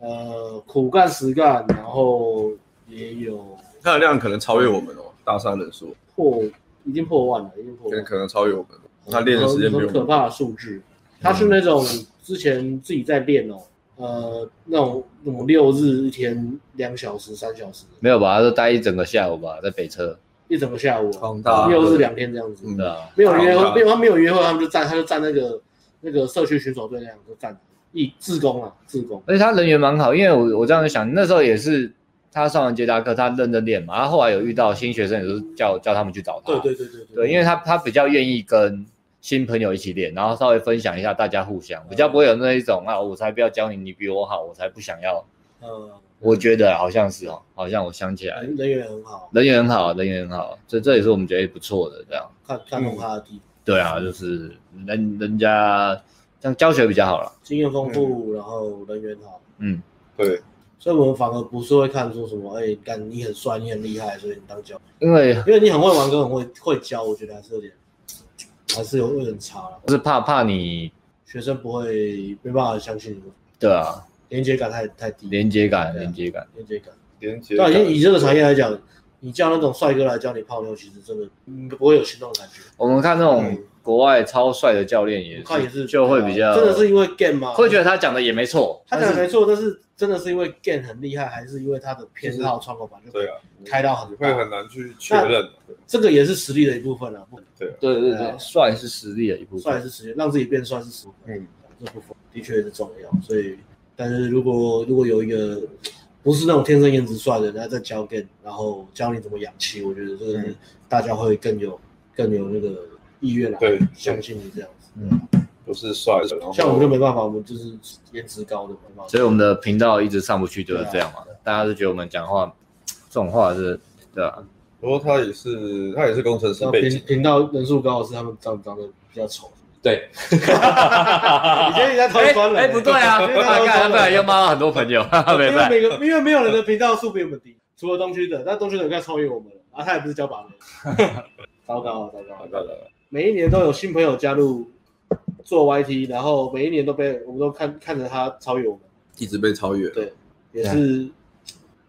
呃苦干实干，然后也有他的量可能超越我们哦，大三人数破已经破万了，已经破万了，可能超越我们，他练的时间很比我很可们怕的数字。他嗯是那种之前自己在练哦，呃，那种那种六日一天两小时、三小时，没有吧？他都待一整个下午吧，在北车，一整个下午、庞啊，大六日两天这样子，嗯对啊，没有约庞大会，没有他没有约会，他们就站，他就站那个那个社区巡守队那样就站，义自工啊，自工，而且他人缘蛮好，因为我我这样想，那时候也是他上完捷达课，他认真练嘛，他后来有遇到新学生，也就是叫叫他们去找他，对对对对对，因为他他比较愿意跟新朋友一起练，然后稍微分享一下，大家互相比较不会有那一种啊，我才不要教你，你比我好，我才不想要。呃，我觉得好像是哦，好像我想起来，人人缘很好，人缘很好，啊人缘很好，这这也是我们觉得不错的这样。看看懂他的地方。对啊，就是人人家这样教学比较好了，经验丰富，然后人缘好，嗯，对，所以我们反而不是会看出什么，哎、干你很帅，你很厉害，所以你当教，因为因为你很会玩跟很会会教，我觉得还是有点，还是有有点差了。我是怕怕你，学生不会没办法相信你，对啊，连接感太太低，连连接感，对啊连接感，连接感。连接对啊，因为以这个产业来讲，你叫那种帅哥来教你泡妞，其实真的嗯不会有心动的感觉。我们看那种嗯国外超帅的教练也我看也是，啊就会比较真的是因为 game 吗？会觉得他讲的也没错，他但讲是得没错，但是真的是因为 game 很厉害，还是因为他的偏好窗口板就对啊，开到很你大会很难去确认，这个也是实力的一部分啊，不对对对对啊，帅是实力的一部分。帅是实力，让自己变帅是实力，嗯，这部分的确是重要。所以，但是如果如果有一个不是那种天生颜值帅的，那再教给，然后教你怎么养气，我觉得这个是嗯大家会更有更有那个意愿来啊对相信你这样子。嗯，不是帅的，然后像我们就没办法，我们就是颜值高的没办法。所以我们的频道一直上不去就是这样嘛对啊，大家都觉得我们讲话这种话是，对啊 [laughs] 吧、不过他也是他也是工程师然后背频景，频道人数高的是他们长长得比较丑。对，你觉得你在偷酸了？哎哎不对 [laughs] 啊你觉得他你在偷酸看人不然又骂到很多朋友， [laughs] 哈哈没因为办法。每个因为没有人的频道数比我们低，除了东区的，但东区的快超越我们了，啊，他也不是教把妹，糟糕啊了，糟糕好了！的了每一年都有新朋友加入做 YT，然后每一年都被我们都看看着他超越我们，一直被超越，对也是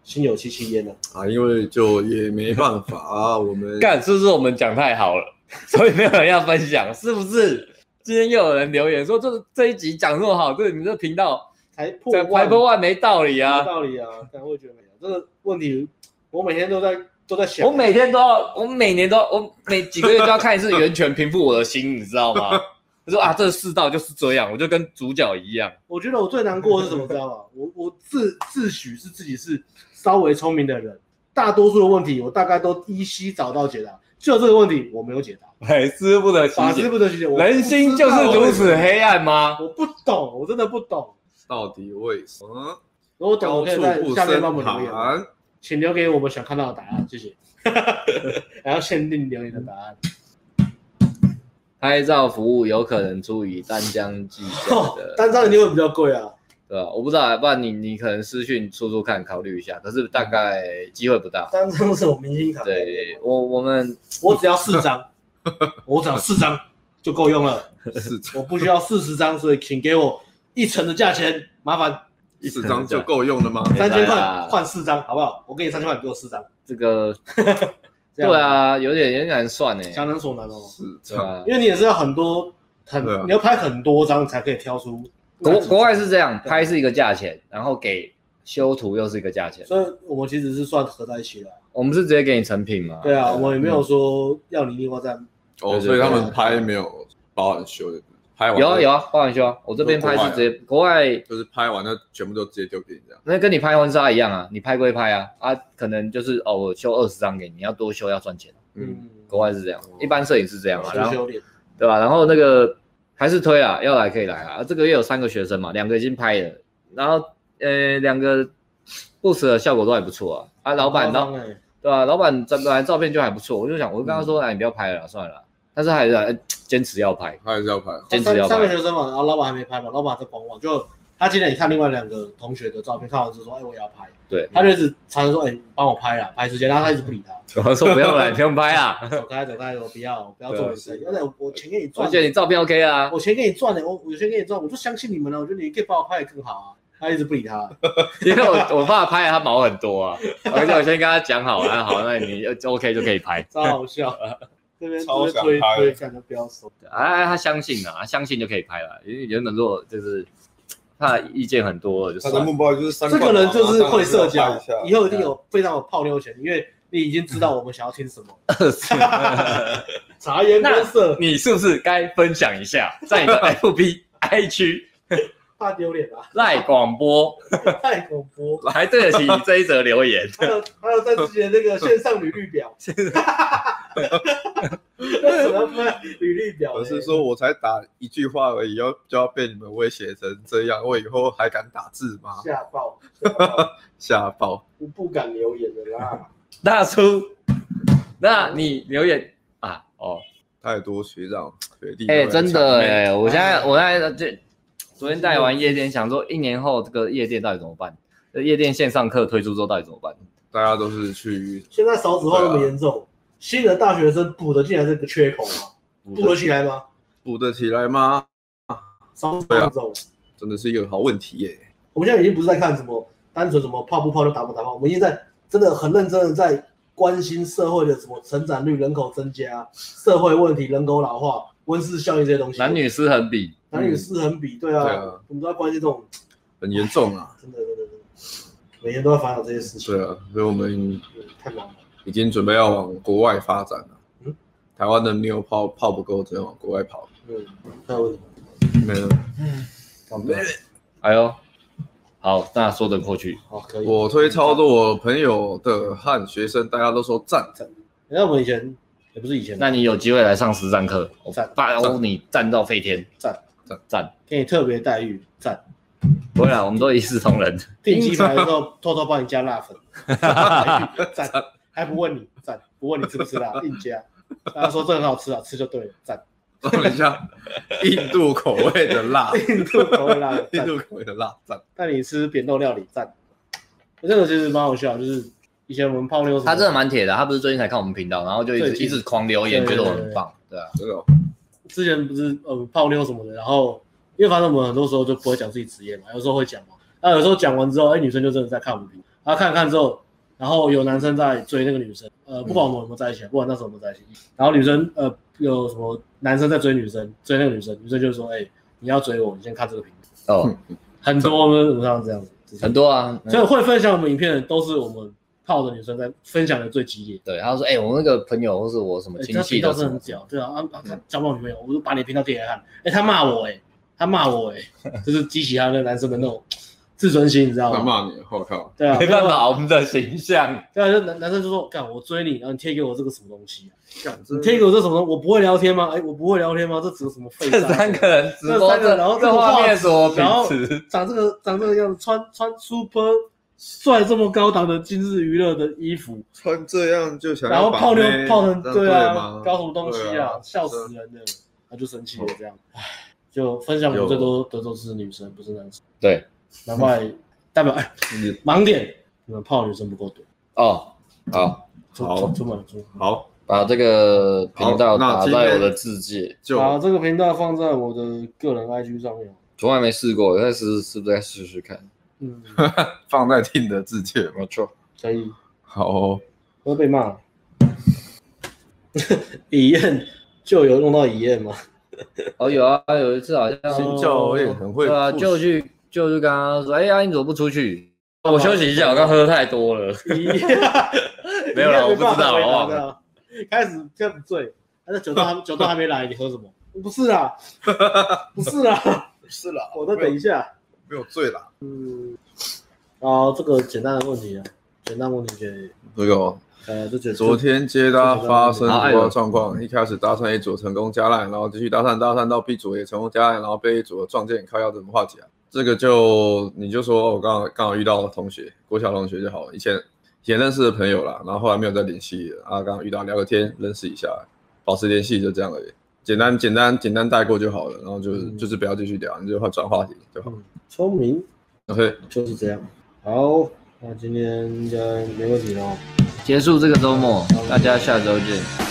心有戚戚焉呢、啊，因为就也没办 [laughs] 法啊，我们干是不是我们讲太好了，所以没有人要分享，是不是？今天又有人留言说，这这一集讲这么好，这你这频道才破在万排播万没道理有啊！道理啊，但我也觉得没有这个问题，我每天都在都在想，我每天都要，我每年都要，我每几个月都要看一次源泉，平复我的心，你知道吗？我说啊，这世道就是这样，我就跟主角一样。我觉得我最难过的是什么，知道吗？我我自自诩是自己是稍微聪明的人，大多数的问题我大概都依稀找到解答，就这个问题我没有解答，百思不得法师不得其解，我不人心就是如此黑暗吗？我不懂，我真的不懂。到底为什么如果懂，高我可处以在不下面胜帮我们留言，寒？请留给我们想看到的答案，谢谢。还要限定留言的答案，拍照服务有可能出于单将计较哦的，哦单张一定会比较贵啊。对吧？我不知道啊，不然你你可能私讯出出看，考虑一下，可是大概嗯机会不大。单张是我明星卡，对我我们我只要四张，我只要四张就够用了，四我不需要四十张，所以请给我一成的价钱，麻烦四张就够用 [laughs] 了吗？没三办千法块换四张，好不好？我给你三千块，你给我四张，这 [laughs] 个这对样啊，有点有点难算呢，强人所难哦，四对张，吧？因为你也是要很多很对啊，你要拍很多张才可以挑出国国外是这样，拍是一个价钱，然后给修图又是一个价钱。所以我们其实是算合在一起了。我们是直接给你成品嘛？对啊，我也没有说要你另外再哦，所以他们拍没有包含修的，拍完有啊有啊，啊，包含修啊。我这边拍是直接国外，啊就是拍完了全部都直接丢给你这样。那跟你拍婚纱一样啊，你拍归拍啊，啊，可能就是哦，我修二十张给你，你要多修要算钱。嗯，嗯，国外是这样，一般摄影是这样啊，然修后修脸，对吧、然后那个还是推啊，要来可以来啊。啊这个月有三个学生嘛，两个已经拍了，然后呃两个布什的效果都还不错啊。啊，老板，然后夸张欸对吧、老板这本来照片就还不错，我就想，我就跟他说，哎、你不要拍了啦，算了啦。但是还是哎坚持要拍，还是要拍。哦坚持要三三个拍。学生嘛，然后老板还没拍嘛，老板在观望，就他今天也看另外两个同学的照片，看完之后说，哎，我也要拍，对，他就一直常常说，哎，帮我拍啦，拍时间，然后他一直不理他，我说不用了，你不用拍 [laughs] [laughs] 啊。走开走开，我不要，我不啊要做你生意，而且我我钱给你我赚觉，得你照片 OK 啊，我钱给你赚的，我我钱给你赚，我就相信你们了，我觉得你可以帮我拍的更好啊，他一直不理他，因为我我爸拍了他毛很多啊，而且我先跟他讲好了， [laughs] 好，那你呃 OK 就可以拍。超好 [laughs] 笑，这边超这边想推拍推感觉不要收，哎、啊，他相信啊，他相信就可以拍了。因为原本如果就是他意见很多了，就他算的了。目标就是三这冠王个啊。人就是会社当交然是要拍一以下啊后一定有非常有泡妞钱，因为你已经知道我们想要听什么，察言观色， [laughs] 你是不是该分享一下，在你 [laughs] 的 FB、IG、怕丢脸啊，赖广播，太恐怖。还对得起你这一则留言？ [laughs] 还有还有在之前那个线上履历表， [laughs] 为什么要拍履历表呢？我是说，我才打一句话而已，要就要被你们威胁成这样，我以后还敢打字吗？吓爆，吓爆吓爆！我不敢留言的啦。大叔，那你留言啊？哦，太多学长学弟都哎、很真强的烈哎、我现 [laughs] 在我现在这昨天带完夜店，想说一年后这个夜店到底怎么办？这夜店线上课推出之后到底怎么办？大家都是去现在少子化那么严重，新的大学生补得进来这个缺口吗？补得起来吗？补得起来吗？少子化严重，真的是一个好问题耶、我们现在已经不是在看什么单纯什么泡不泡妞打不打炮，我们已经在真的很认真的在关心社会的什么成长率、人口增加、社会问题、人口老化、温室效应这些东西。男女失衡比，男女失衡比，对啊，对啊我们都在关心这种，很严重啊。真的真的真的，每天都在烦恼这些事情，对啊，所以我们嗯太忙了。已经准备要往国外发展了。嗯台湾的妞泡泡不够，只能往国外跑。嗯，还有问题吗？没有，哎呦，好，那说得过去。好，可以。哎我推超多我朋友的和学生，大家都说 [laughs] 赞。那我们以前也不是以前，那你有机会来上实战课，我赞把你站到飞天，赞赞赞！给你特别待遇，赞。不会啦，我们都一视同仁。订鸡排的时候偷偷帮你加辣 [laughs] 粉，赞，还不问你，赞，不问你吃不吃 [laughs] 辣，硬加。大家说这很好吃啊，吃就对了，赞。等一下，印度口味的辣， [laughs] 印度口味辣，印赞。度口味的辣赞。带你吃扁豆料理，赞。这个其实蛮好笑，就是以前我们泡妞什么，他真的蛮铁的，他不是最近才看我们频道，然后就一最直近一直狂留言，对觉得我很棒，对啊。真的哦，之前不是呃泡妞什么的，然后因为反正我们很多时候就不会讲自己职业嘛，有时候会讲嘛，那有时候讲完之后，哎、女生就真的在看我们屏幕，然后看看之后，然后有男生在追那个女生，呃，不管我们有没有在一起，不管那时候有没有在一起，然后女生呃有什么男生在追女生，追那个女生，女生就说，哎、你要追我，你先看这个屏幕，哦，很多我们网上这样子，就是很多啊，嗯所以会分享我们影片的都是我们泡的女生在分享的最激烈。对，他说，哎，我那个朋友或是我什么欸亲他戚频的道什是么很，屌，对啊，啊啊，他交不到女朋友，我就把你频道给他看，哎、他骂我、欸，他骂我、 [laughs] 欸，就是激起他那个男生的那种自尊心，你知道他吗？骂你，我靠，对啊，没办法，我们的 [laughs] 形象对啊，对啊，就男男生就说，干，我追你，然后你贴给我这个什么东西、啊？干你贴给我这什么东西？我不会聊天吗？哎、我不会聊天吗？这只有什么废这渣？三个人直啊这播三个这然后这这个画画面质所然后秉持，长这个长这个样子，穿穿 super 帅这么高档的今日娱乐的衣服，穿这样就想然要后泡妞啊把妹泡成这对啊样吗，搞什么东西对啊啊，笑死人了，他就生气了这样，唉，就分享我最多的都是女生，不是男生，对，难怪代表哎你盲点，你们泡的女生不够多，哦，好，出好出出门出门。好，把这个频道好那打今在天我的字界，就把这个频道放在我的个人 IG 上面，从来没试过，但是是不是该试试看？嗯，放在听的字界嘛。没错，可以，好哦，会被骂。 [laughs] 乙燕就有用到乙燕吗？哦，有啊，有一次好像新教练很会对啊， push 就去就去跟他说，哎呀，你怎么不出去？哦我休息一下，我刚喝太多了。 [laughs] 乙燕没有啦我不乙燕没办知道法回答我忘了对啊。开始这样子醉，但是酒都还酒都还没来，你喝什 [laughs] 么？不是啊，不是啊，是啦我再等一下。没有醉啦。啊，这个简单的问题啊，简单问题给那个哦呃，这简昨天接搭发生好哎突呦发状况，一开始搭讪 A 组成功加烂，然后继续搭讪搭讪到 B 组也成功加烂，然后被 A 组撞见，靠要怎么化解啊？这个就你就说我刚好刚好遇到同学，国小同学就好，以前以前认识的朋友啦，然后后来没有再联系了啊，刚好遇到聊个天，认识一下，保持联系就这样而已，简单简单简单带过就好了，然后就是、嗯就是不要继续聊，你就换转话题就好。聪明 OK，就是这样。好，那今天应该没问题了哦。结束这个周末，大家下周见。